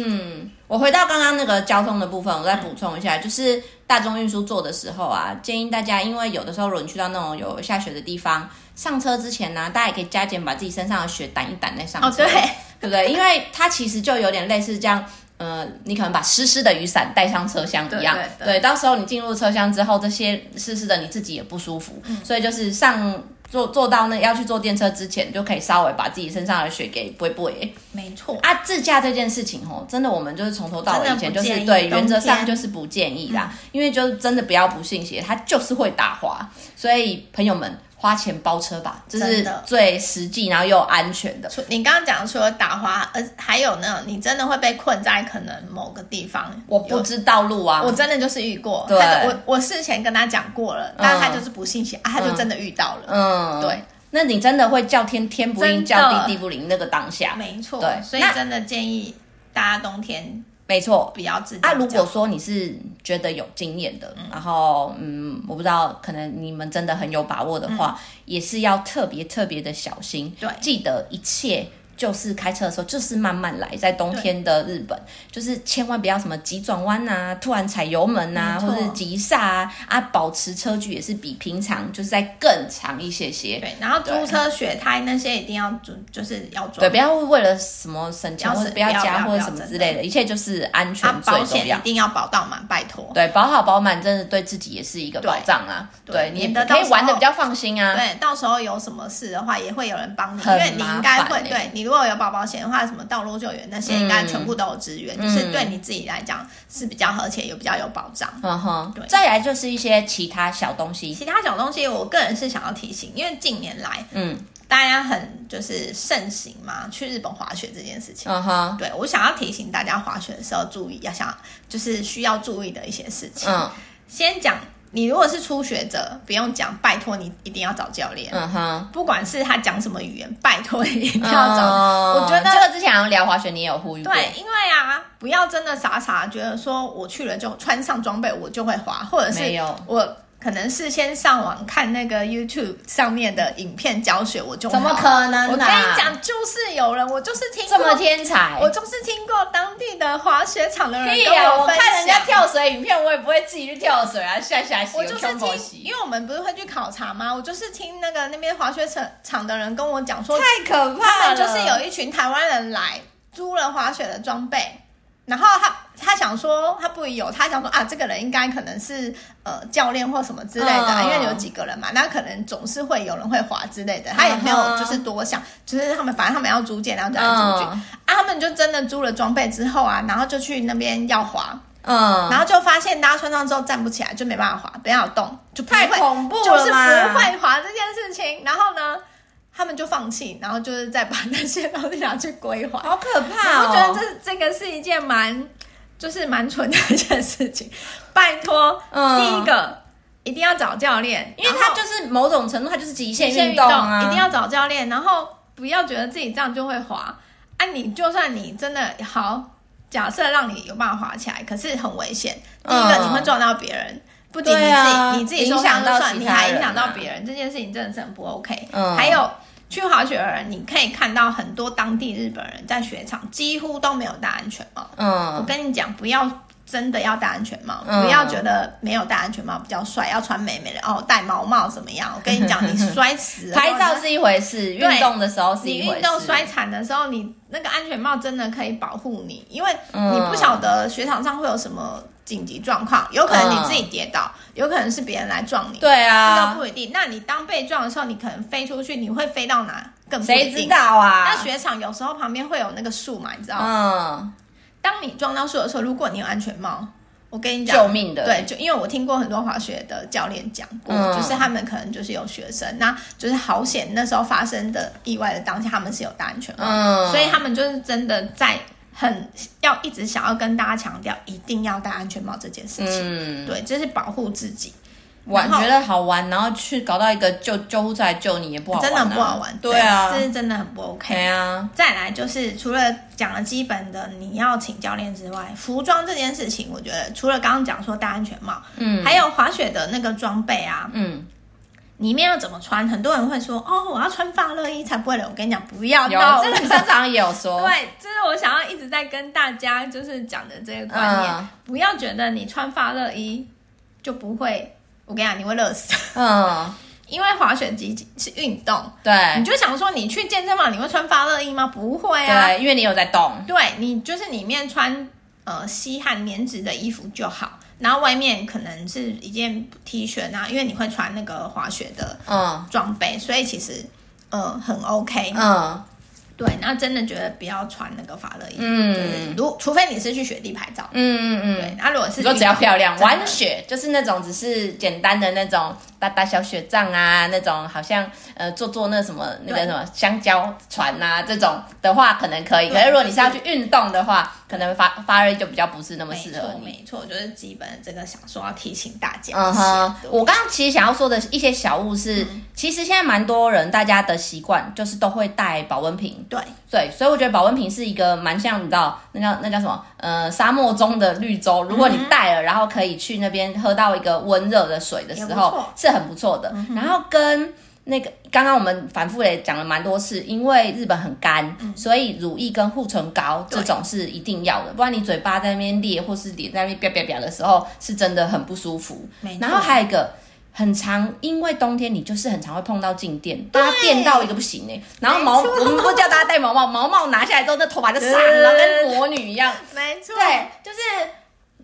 [SPEAKER 1] 我回到刚刚那个交通的部分，我再补充一下，就是大众运输做的时候啊，建议大家，因为有的时候如果你去到那种有下雪的地方，上车之前呢、大家也可以加减把自己身上的雪掸一掸再上车。
[SPEAKER 2] 哦，对，
[SPEAKER 1] 对不对？因为它其实就有点类似这样，呃，你可能把湿湿的雨伞带上车厢一样，
[SPEAKER 2] 对对对
[SPEAKER 1] 到时候你进入车厢之后，这些湿湿的你自己也不舒服，所以就是上。坐坐到那要去坐电车之前，就可以稍微把自己身上的雪给拨一拨。
[SPEAKER 2] 没错，
[SPEAKER 1] 啊，自驾这件事情哦，真的我们就是从头到尾以
[SPEAKER 2] 真的
[SPEAKER 1] 前
[SPEAKER 2] 不
[SPEAKER 1] 就是
[SPEAKER 2] 建议
[SPEAKER 1] 对，
[SPEAKER 2] 冬
[SPEAKER 1] 原则上
[SPEAKER 2] 天
[SPEAKER 1] 就是不嗯建议啦，因为就是真的不要不信邪，它就是会打滑，所以朋友们。花钱包车吧，这
[SPEAKER 2] 真
[SPEAKER 1] 是
[SPEAKER 2] 的
[SPEAKER 1] 最实际然后又安全的。
[SPEAKER 2] 除你刚刚讲除了打滑，呃，还有呢，你真的会被困在可能某个地方。
[SPEAKER 1] 我不
[SPEAKER 2] 有
[SPEAKER 1] 知道路啊，
[SPEAKER 2] 我真的就是遇过，
[SPEAKER 1] 对
[SPEAKER 2] 他就我我事前跟他讲过了，但他就是不信邪，啊，他就
[SPEAKER 1] 嗯
[SPEAKER 2] 真的遇到了。
[SPEAKER 1] 嗯，
[SPEAKER 2] 对，
[SPEAKER 1] 那你真的会叫天天不应，
[SPEAKER 2] 真的
[SPEAKER 1] 叫地地不灵那个当下，
[SPEAKER 2] 没错，
[SPEAKER 1] 嗯对
[SPEAKER 2] 所以
[SPEAKER 1] 那
[SPEAKER 2] 真的建议大家冬天
[SPEAKER 1] 没错。
[SPEAKER 2] 不要自己
[SPEAKER 1] 那、
[SPEAKER 2] 讲。
[SPEAKER 1] 啊如果说你是觉得有经验的，然后嗯，我不知道，可能你们真的很有把握的话，也是要特别特别的小心。
[SPEAKER 2] 嗯对
[SPEAKER 1] 记得一切就是开车的时候就是慢慢来，在冬天的日本，就是千万不要什么急转弯啊、突然踩油门啊，
[SPEAKER 2] 没错
[SPEAKER 1] 或者急刹啊，啊，保持车距也是比平常就是在更长一些些。
[SPEAKER 2] 对，然后租
[SPEAKER 1] 对
[SPEAKER 2] 车、雪胎那些一定要租，就是要装。
[SPEAKER 1] 对，不要为了什么省钱
[SPEAKER 2] 要
[SPEAKER 1] 或
[SPEAKER 2] 省
[SPEAKER 1] 者不要
[SPEAKER 2] 不要
[SPEAKER 1] 加
[SPEAKER 2] 不要
[SPEAKER 1] 或者什么之类的，一切就是安全
[SPEAKER 2] 啊，
[SPEAKER 1] 最
[SPEAKER 2] 保
[SPEAKER 1] 重
[SPEAKER 2] 险
[SPEAKER 1] 要
[SPEAKER 2] 一。定要保到满，拜托。
[SPEAKER 1] 对，保好保满，真的对自己也是一个
[SPEAKER 2] 对
[SPEAKER 1] 保障啊。
[SPEAKER 2] 对
[SPEAKER 1] 对，你
[SPEAKER 2] 免得
[SPEAKER 1] 可
[SPEAKER 2] 到
[SPEAKER 1] 以
[SPEAKER 2] 时
[SPEAKER 1] 玩的
[SPEAKER 2] 候
[SPEAKER 1] 比较放心啊。
[SPEAKER 2] 对，到时候有什么事的话，也会有人帮你，因
[SPEAKER 1] 很
[SPEAKER 2] 为你应该
[SPEAKER 1] 麻
[SPEAKER 2] 会
[SPEAKER 1] 烦欸嗯
[SPEAKER 2] 对你如果有保保险的话，什么道路救援那些，应该全部都有支援，就是对你自己来讲是比较和谐，也比较有保障。
[SPEAKER 1] 嗯哼
[SPEAKER 2] 对，
[SPEAKER 1] 再来就是一些其他小东西，
[SPEAKER 2] 其他小东西，我个人是想要提醒，因为近年来
[SPEAKER 1] 嗯
[SPEAKER 2] 大家很就是盛行嘛，去日本滑雪这件事情。
[SPEAKER 1] 嗯哼，
[SPEAKER 2] 对我想要提醒大家，滑雪的时候注意，要想就是需要注意的一些事情。
[SPEAKER 1] 嗯
[SPEAKER 2] 先讲，你如果是初学者，不用讲，拜托你一定要找教练。
[SPEAKER 1] 嗯哼。
[SPEAKER 2] 不管是他讲什么语言，拜托 你一定要找。我觉得
[SPEAKER 1] 哦这个之前好像聊滑雪，你也有呼吁过。
[SPEAKER 2] 对，因为啊，不要真的傻傻觉得说我去了就穿上装备我就会滑，或者是
[SPEAKER 1] 没有
[SPEAKER 2] 我可能是先上网看那个 YouTube 上面的影片教学，我就会
[SPEAKER 1] 怎么
[SPEAKER 2] 滑
[SPEAKER 1] 可能、啊？
[SPEAKER 2] 我跟你，讲，就是有人，我就是听
[SPEAKER 1] 这么
[SPEAKER 2] 过，
[SPEAKER 1] 天才，
[SPEAKER 2] 我就是听过当地的滑雪场的人
[SPEAKER 1] 可以
[SPEAKER 2] 跟
[SPEAKER 1] 啊！我
[SPEAKER 2] 分
[SPEAKER 1] 看人家
[SPEAKER 2] 享
[SPEAKER 1] 跳水影片，我也不会自己去跳水啊，下下洗，
[SPEAKER 2] 我就是
[SPEAKER 1] 胸口
[SPEAKER 2] 听，
[SPEAKER 1] 洗
[SPEAKER 2] 因为我们不是会去考察吗？我就是听那个那边滑雪场场的人跟我讲说，
[SPEAKER 1] 太可
[SPEAKER 2] 他
[SPEAKER 1] 怕了。
[SPEAKER 2] 们就是有一群台湾人来租了滑雪的装备，然后他他想说他不有，他想说啊，这个人应该可能是呃教练或什么之类的，
[SPEAKER 1] 嗯
[SPEAKER 2] 因为有几个人嘛，那可能总是会有人会滑之类的，他也没有
[SPEAKER 1] 嗯哼
[SPEAKER 2] 就是多想，就是他们反正他们要租借，然后就来租借、
[SPEAKER 1] 嗯
[SPEAKER 2] 啊，他们就真的租了装备之后啊，然后就去那边要滑，
[SPEAKER 1] 嗯，
[SPEAKER 2] 然后就发现大家穿上之后站不起来，就没办法滑，不要动，就不
[SPEAKER 1] 太
[SPEAKER 2] 会
[SPEAKER 1] 恐怖
[SPEAKER 2] 就是
[SPEAKER 1] 了嘛！
[SPEAKER 2] 不会滑这件事情。然后呢，他们就放弃，然后就是再把那些东西拿去归还。
[SPEAKER 1] 好可怕
[SPEAKER 2] 我
[SPEAKER 1] 哦！
[SPEAKER 2] 觉得这这个是一件蛮就是蛮蠢的一件事情。拜托，
[SPEAKER 1] 嗯
[SPEAKER 2] 第一个一定要找教练，
[SPEAKER 1] 因为
[SPEAKER 2] 然
[SPEAKER 1] 它
[SPEAKER 2] 后
[SPEAKER 1] 就是某种程度，它就是极限
[SPEAKER 2] 极限
[SPEAKER 1] 运动啊，
[SPEAKER 2] 一定要找教练，然后不要觉得自己这样就会滑。啊，你就算你真的好，假设让你有办法滑起来，可是很危险。第一个，
[SPEAKER 1] 嗯
[SPEAKER 2] 你会撞到别人，不仅你自
[SPEAKER 1] 对
[SPEAKER 2] 己、
[SPEAKER 1] 啊
[SPEAKER 2] 你自己受
[SPEAKER 1] 影
[SPEAKER 2] 伤
[SPEAKER 1] 响
[SPEAKER 2] 就
[SPEAKER 1] 到
[SPEAKER 2] 算，
[SPEAKER 1] 其
[SPEAKER 2] 你
[SPEAKER 1] 他
[SPEAKER 2] 还
[SPEAKER 1] 人
[SPEAKER 2] 影响到
[SPEAKER 1] 啊
[SPEAKER 2] 别人，这件事情真的是很不 OK。
[SPEAKER 1] 嗯
[SPEAKER 2] 还有。去滑雪的人，你可以看到很多当地日本人在雪场几乎都没有戴安全帽。我
[SPEAKER 1] 嗯，
[SPEAKER 2] 跟你讲，不要真的要戴安全帽，
[SPEAKER 1] 嗯
[SPEAKER 2] 不要觉得没有戴安全帽比较帅，要穿美美的哦，戴毛帽怎么样？我跟 你讲，你摔死了
[SPEAKER 1] 拍照是一回事，
[SPEAKER 2] 啊对
[SPEAKER 1] 运动的时候是
[SPEAKER 2] 你
[SPEAKER 1] 一回事。
[SPEAKER 2] 运动摔惨的时候，你那个安全帽真的可以保护你，因为你不晓
[SPEAKER 1] 嗯
[SPEAKER 2] 得雪场上会有什么紧急状况，有可能你自己跌倒，有可能是别人来撞你，
[SPEAKER 1] 对
[SPEAKER 2] 这都
[SPEAKER 1] 啊，
[SPEAKER 2] 不一定。那你当被撞的时候，你可能飞出去，你会飞到哪更不一
[SPEAKER 1] 谁
[SPEAKER 2] 定
[SPEAKER 1] 知？道啊？
[SPEAKER 2] 那雪场有时候旁边会有那个树嘛，你知道吗？
[SPEAKER 1] 嗯，
[SPEAKER 2] 当你撞到树的时候，如果你有安全帽，我跟你讲，
[SPEAKER 1] 救命的，
[SPEAKER 2] 对，就因为我听过很多滑雪的教练讲过，
[SPEAKER 1] 嗯
[SPEAKER 2] 就是他们可能就是有学生，那就是好险那时候发生的意外的当下，他们是有戴安全帽，
[SPEAKER 1] 嗯
[SPEAKER 2] 所以他们就是真的在很要一直想要跟大家强调，一定要戴安全帽这件事情。
[SPEAKER 1] 嗯，
[SPEAKER 2] 对，这是保护自己，
[SPEAKER 1] 玩
[SPEAKER 2] 然后
[SPEAKER 1] 觉得好玩，然后去搞到一个救救护车来救你也不好玩、
[SPEAKER 2] 真
[SPEAKER 1] 啊，
[SPEAKER 2] 的很不好玩。
[SPEAKER 1] 对啊
[SPEAKER 2] 这，是真的很不 OK。
[SPEAKER 1] 对啊，
[SPEAKER 2] 再来就是除了讲了基本的你要请教练之外，服装这件事情，我觉得除了刚刚讲说戴安全帽，
[SPEAKER 1] 嗯
[SPEAKER 2] 还有滑雪的那个装备啊，
[SPEAKER 1] 嗯，
[SPEAKER 2] 里面要怎么穿？很多人会说哦，我要穿发热衣才不会冷。我跟你讲，不要
[SPEAKER 1] 有
[SPEAKER 2] 闹了。
[SPEAKER 1] 这个 你上场也有说，
[SPEAKER 2] 对，这是我想要一直在跟大家就是讲的这个观念，
[SPEAKER 1] 嗯
[SPEAKER 2] 不要觉得你穿发热衣就不会。我跟你讲，你会热死，
[SPEAKER 1] 嗯，
[SPEAKER 2] 因为滑雪机是运动，你
[SPEAKER 1] 对
[SPEAKER 2] 就想说你去健身房你会穿发热衣吗？不会啊，
[SPEAKER 1] 对，因为你有在动，
[SPEAKER 2] 对你就是里面穿呃吸汗棉质的衣服就好，然后外面可能是一件 T 恤，然后因为你会穿那个滑雪的
[SPEAKER 1] 嗯
[SPEAKER 2] 装备，所以其实呃很 OK、
[SPEAKER 1] 嗯
[SPEAKER 2] 对，那真的觉得不要穿那个发热衣，
[SPEAKER 1] 嗯
[SPEAKER 2] 就是如除非你是去雪地拍照，
[SPEAKER 1] 嗯嗯嗯。
[SPEAKER 2] 对，那如果是
[SPEAKER 1] 你说只要漂亮，
[SPEAKER 2] 真的
[SPEAKER 1] 玩雪就是那种只是简单的那种打打小雪仗啊，那种好像呃坐坐那什么那个
[SPEAKER 2] 对
[SPEAKER 1] 什么香蕉船啊这种的话，可能可以。可是如果你是要去运动的话，可能发发热就比较不是那么
[SPEAKER 2] 没
[SPEAKER 1] 适合
[SPEAKER 2] 错，
[SPEAKER 1] 你。
[SPEAKER 2] 没错，就是基本的这个想说要提醒大家
[SPEAKER 1] 嗯
[SPEAKER 2] 的事。
[SPEAKER 1] 哼，
[SPEAKER 2] 对
[SPEAKER 1] 我刚刚其实想要说的一些小物是，
[SPEAKER 2] 嗯
[SPEAKER 1] 其实现在蛮多人大家的习惯就是都会带保温瓶，
[SPEAKER 2] 对，
[SPEAKER 1] 对，所以我觉得保温瓶是一个蛮像你知道那叫那叫什么呃沙漠中的绿洲，如果你带了，然后可以去那边喝到一个温热的水的时
[SPEAKER 2] 也不
[SPEAKER 1] 候
[SPEAKER 2] 错，嗯
[SPEAKER 1] 是很不错的。然后跟那个刚刚我们反复也讲了蛮多次，因为日本很干，
[SPEAKER 2] 嗯
[SPEAKER 1] 所以乳液跟护唇膏这
[SPEAKER 2] 对
[SPEAKER 1] 种是一定要的，不然你嘴巴在那边裂或是脸在那边啪啪啪的时候，是真的很不舒服。
[SPEAKER 2] 没错
[SPEAKER 1] 然后还有一个。很常，因为冬天你就是很常会碰到静电，大家电到一个不行哎、然后毛，
[SPEAKER 2] 没错
[SPEAKER 1] 我们不叫大家戴毛毛，毛毛拿下来之后，那头发就散了，
[SPEAKER 2] 对
[SPEAKER 1] 跟魔女一样。
[SPEAKER 2] 没错，
[SPEAKER 1] 对，就是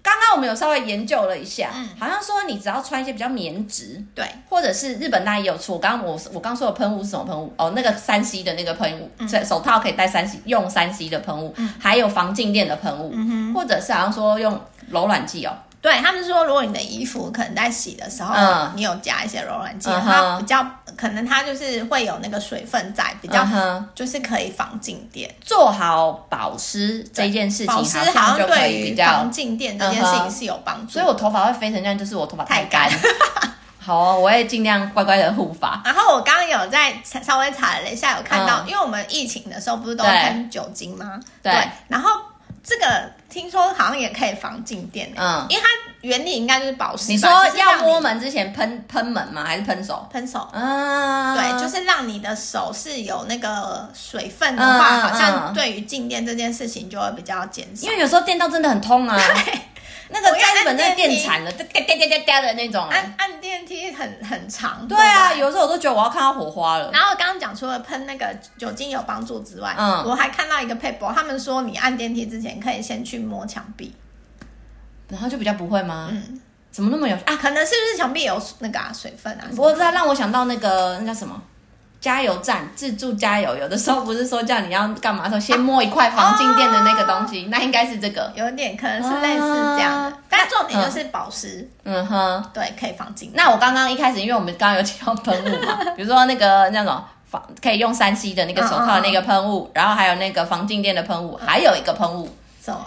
[SPEAKER 1] 刚刚我们有稍微研究了一下，
[SPEAKER 2] 嗯
[SPEAKER 1] 好像说你只要穿一些比较棉质，
[SPEAKER 2] 对，
[SPEAKER 1] 或者是日本那也有出。我刚刚我我刚说的喷雾是什么喷雾？哦，那个三 C 的那个喷雾，
[SPEAKER 2] 嗯
[SPEAKER 1] 手手套可以戴三 C 用三 C 的喷雾，还有防静电的喷雾，
[SPEAKER 2] 嗯
[SPEAKER 1] 或者是好像说用柔软剂哦，
[SPEAKER 2] 对他们说，如果你的衣服可能在洗的时候，
[SPEAKER 1] 嗯
[SPEAKER 2] 你有加一些柔软剂，
[SPEAKER 1] 嗯哼
[SPEAKER 2] 它比较可能它就是会有那个水分在，比较、
[SPEAKER 1] 嗯哼
[SPEAKER 2] 就是可以防静电。
[SPEAKER 1] 做好保湿这件事情，
[SPEAKER 2] 保湿
[SPEAKER 1] 像就可
[SPEAKER 2] 对
[SPEAKER 1] 以比
[SPEAKER 2] 于
[SPEAKER 1] 较嗯
[SPEAKER 2] 防静电这件事情是有帮助
[SPEAKER 1] 所以我头发会飞成这样，就是我头发太干。好哦，我会尽量乖乖的护发。
[SPEAKER 2] 然后我刚刚有在查稍微查了一下，有看到，
[SPEAKER 1] 嗯
[SPEAKER 2] 因为我们疫情的时候不是都
[SPEAKER 1] 对
[SPEAKER 2] 喷酒精吗？
[SPEAKER 1] 对
[SPEAKER 2] 然后这个听说好像也可以防静电、欸，
[SPEAKER 1] 嗯
[SPEAKER 2] 因为它原理应该就是保湿吧。
[SPEAKER 1] 你说
[SPEAKER 2] 就是让
[SPEAKER 1] 要摸门之前喷喷门吗？还是喷手？
[SPEAKER 2] 喷手，
[SPEAKER 1] 嗯，
[SPEAKER 2] 对，就是让你的手是有那个水分的话，
[SPEAKER 1] 嗯嗯
[SPEAKER 2] 好像
[SPEAKER 1] 嗯
[SPEAKER 2] 对于静电这件事情就会比较减少
[SPEAKER 1] 因。为有时候电到真的很痛啊。那个
[SPEAKER 2] 我要
[SPEAKER 1] 在日本真的
[SPEAKER 2] 按电
[SPEAKER 1] 电
[SPEAKER 2] 梯
[SPEAKER 1] 惨了，哒哒哒哒哒的那种啊。
[SPEAKER 2] 按按电梯很很长，
[SPEAKER 1] 对啊，
[SPEAKER 2] 不
[SPEAKER 1] 有时候我都觉得我要看到火花了。
[SPEAKER 2] 然后刚刚讲除了喷那个酒精有帮助之外，
[SPEAKER 1] 嗯
[SPEAKER 2] 我还看到一个 paper，他们说你按电梯之前可以先去摸墙壁，
[SPEAKER 1] 然后就比较不会吗？
[SPEAKER 2] 嗯
[SPEAKER 1] 怎么那么有啊？
[SPEAKER 2] 可能是不是墙壁有那个、啊、水分啊？
[SPEAKER 1] 我知道，让我想到那个那叫什么？加油站自助加油，有的时候不是说叫你要干嘛的时候，先摸一块防静电的那个东西，那应该是这个。
[SPEAKER 2] 有点可能是类似这样的，
[SPEAKER 1] 啊
[SPEAKER 2] 但重点就是保湿，
[SPEAKER 1] 嗯哼，
[SPEAKER 2] 对，可以放进。
[SPEAKER 1] 那我刚刚一开始，因为我们刚刚有提到喷雾 嘛，比如说那个那种防可以用三 C 的那个手套的那个喷
[SPEAKER 2] 嗯
[SPEAKER 1] 雾，然后还有那个防静电的喷雾，还有一个喷雾，
[SPEAKER 2] 什么？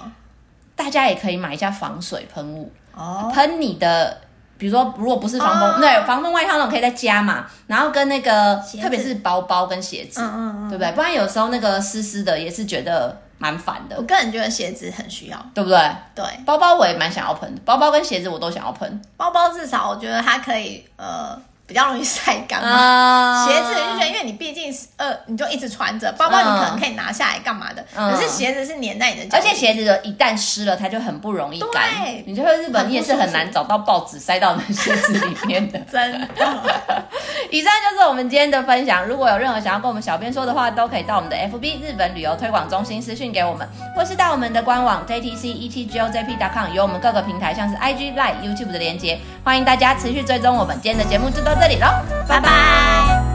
[SPEAKER 1] 大家也可以买一下防水喷雾，
[SPEAKER 2] 哦，
[SPEAKER 1] 喷你的。比如说，如果不是防风
[SPEAKER 2] 哦
[SPEAKER 1] 对防风外套那种可以再加嘛，然后跟那个
[SPEAKER 2] 鞋子
[SPEAKER 1] 特别是包包跟鞋子，
[SPEAKER 2] 嗯嗯嗯，
[SPEAKER 1] 对不对？不然有时候那个湿湿的也是觉得蛮烦的
[SPEAKER 2] 我，个人觉得鞋子很需要，
[SPEAKER 1] 对不对？
[SPEAKER 2] 对，
[SPEAKER 1] 包包我也蛮想要喷的，包包跟鞋子我都想要喷
[SPEAKER 2] 包包至少我觉得它可以呃比较容易晒干嘛。
[SPEAKER 1] 啊
[SPEAKER 2] 鞋子就觉得，因为你毕竟是呃，你就一直穿着，包包你可能可以拿下来干嘛的，
[SPEAKER 1] 嗯
[SPEAKER 2] 可是鞋子是粘在你的脚
[SPEAKER 1] 而
[SPEAKER 2] 底，
[SPEAKER 1] 且鞋子的一旦湿了，它就很不容易干
[SPEAKER 2] 对。
[SPEAKER 1] 你就会日本，你也是很难找到报纸塞到你的鞋子里面的。
[SPEAKER 2] 真的。
[SPEAKER 1] 以上就是我们今天的分享。如果有任何想要跟我们小编说的话，都可以到我们的 FB 日本旅游推广中心私讯给我们，或是到我们的官网 JTC ETGOJP.com 有我们各个平台像是 IG、Line、YouTube 的连接。欢迎大家持续追踪我们。今天的节目就到这里喽，拜拜
[SPEAKER 2] 拜拜。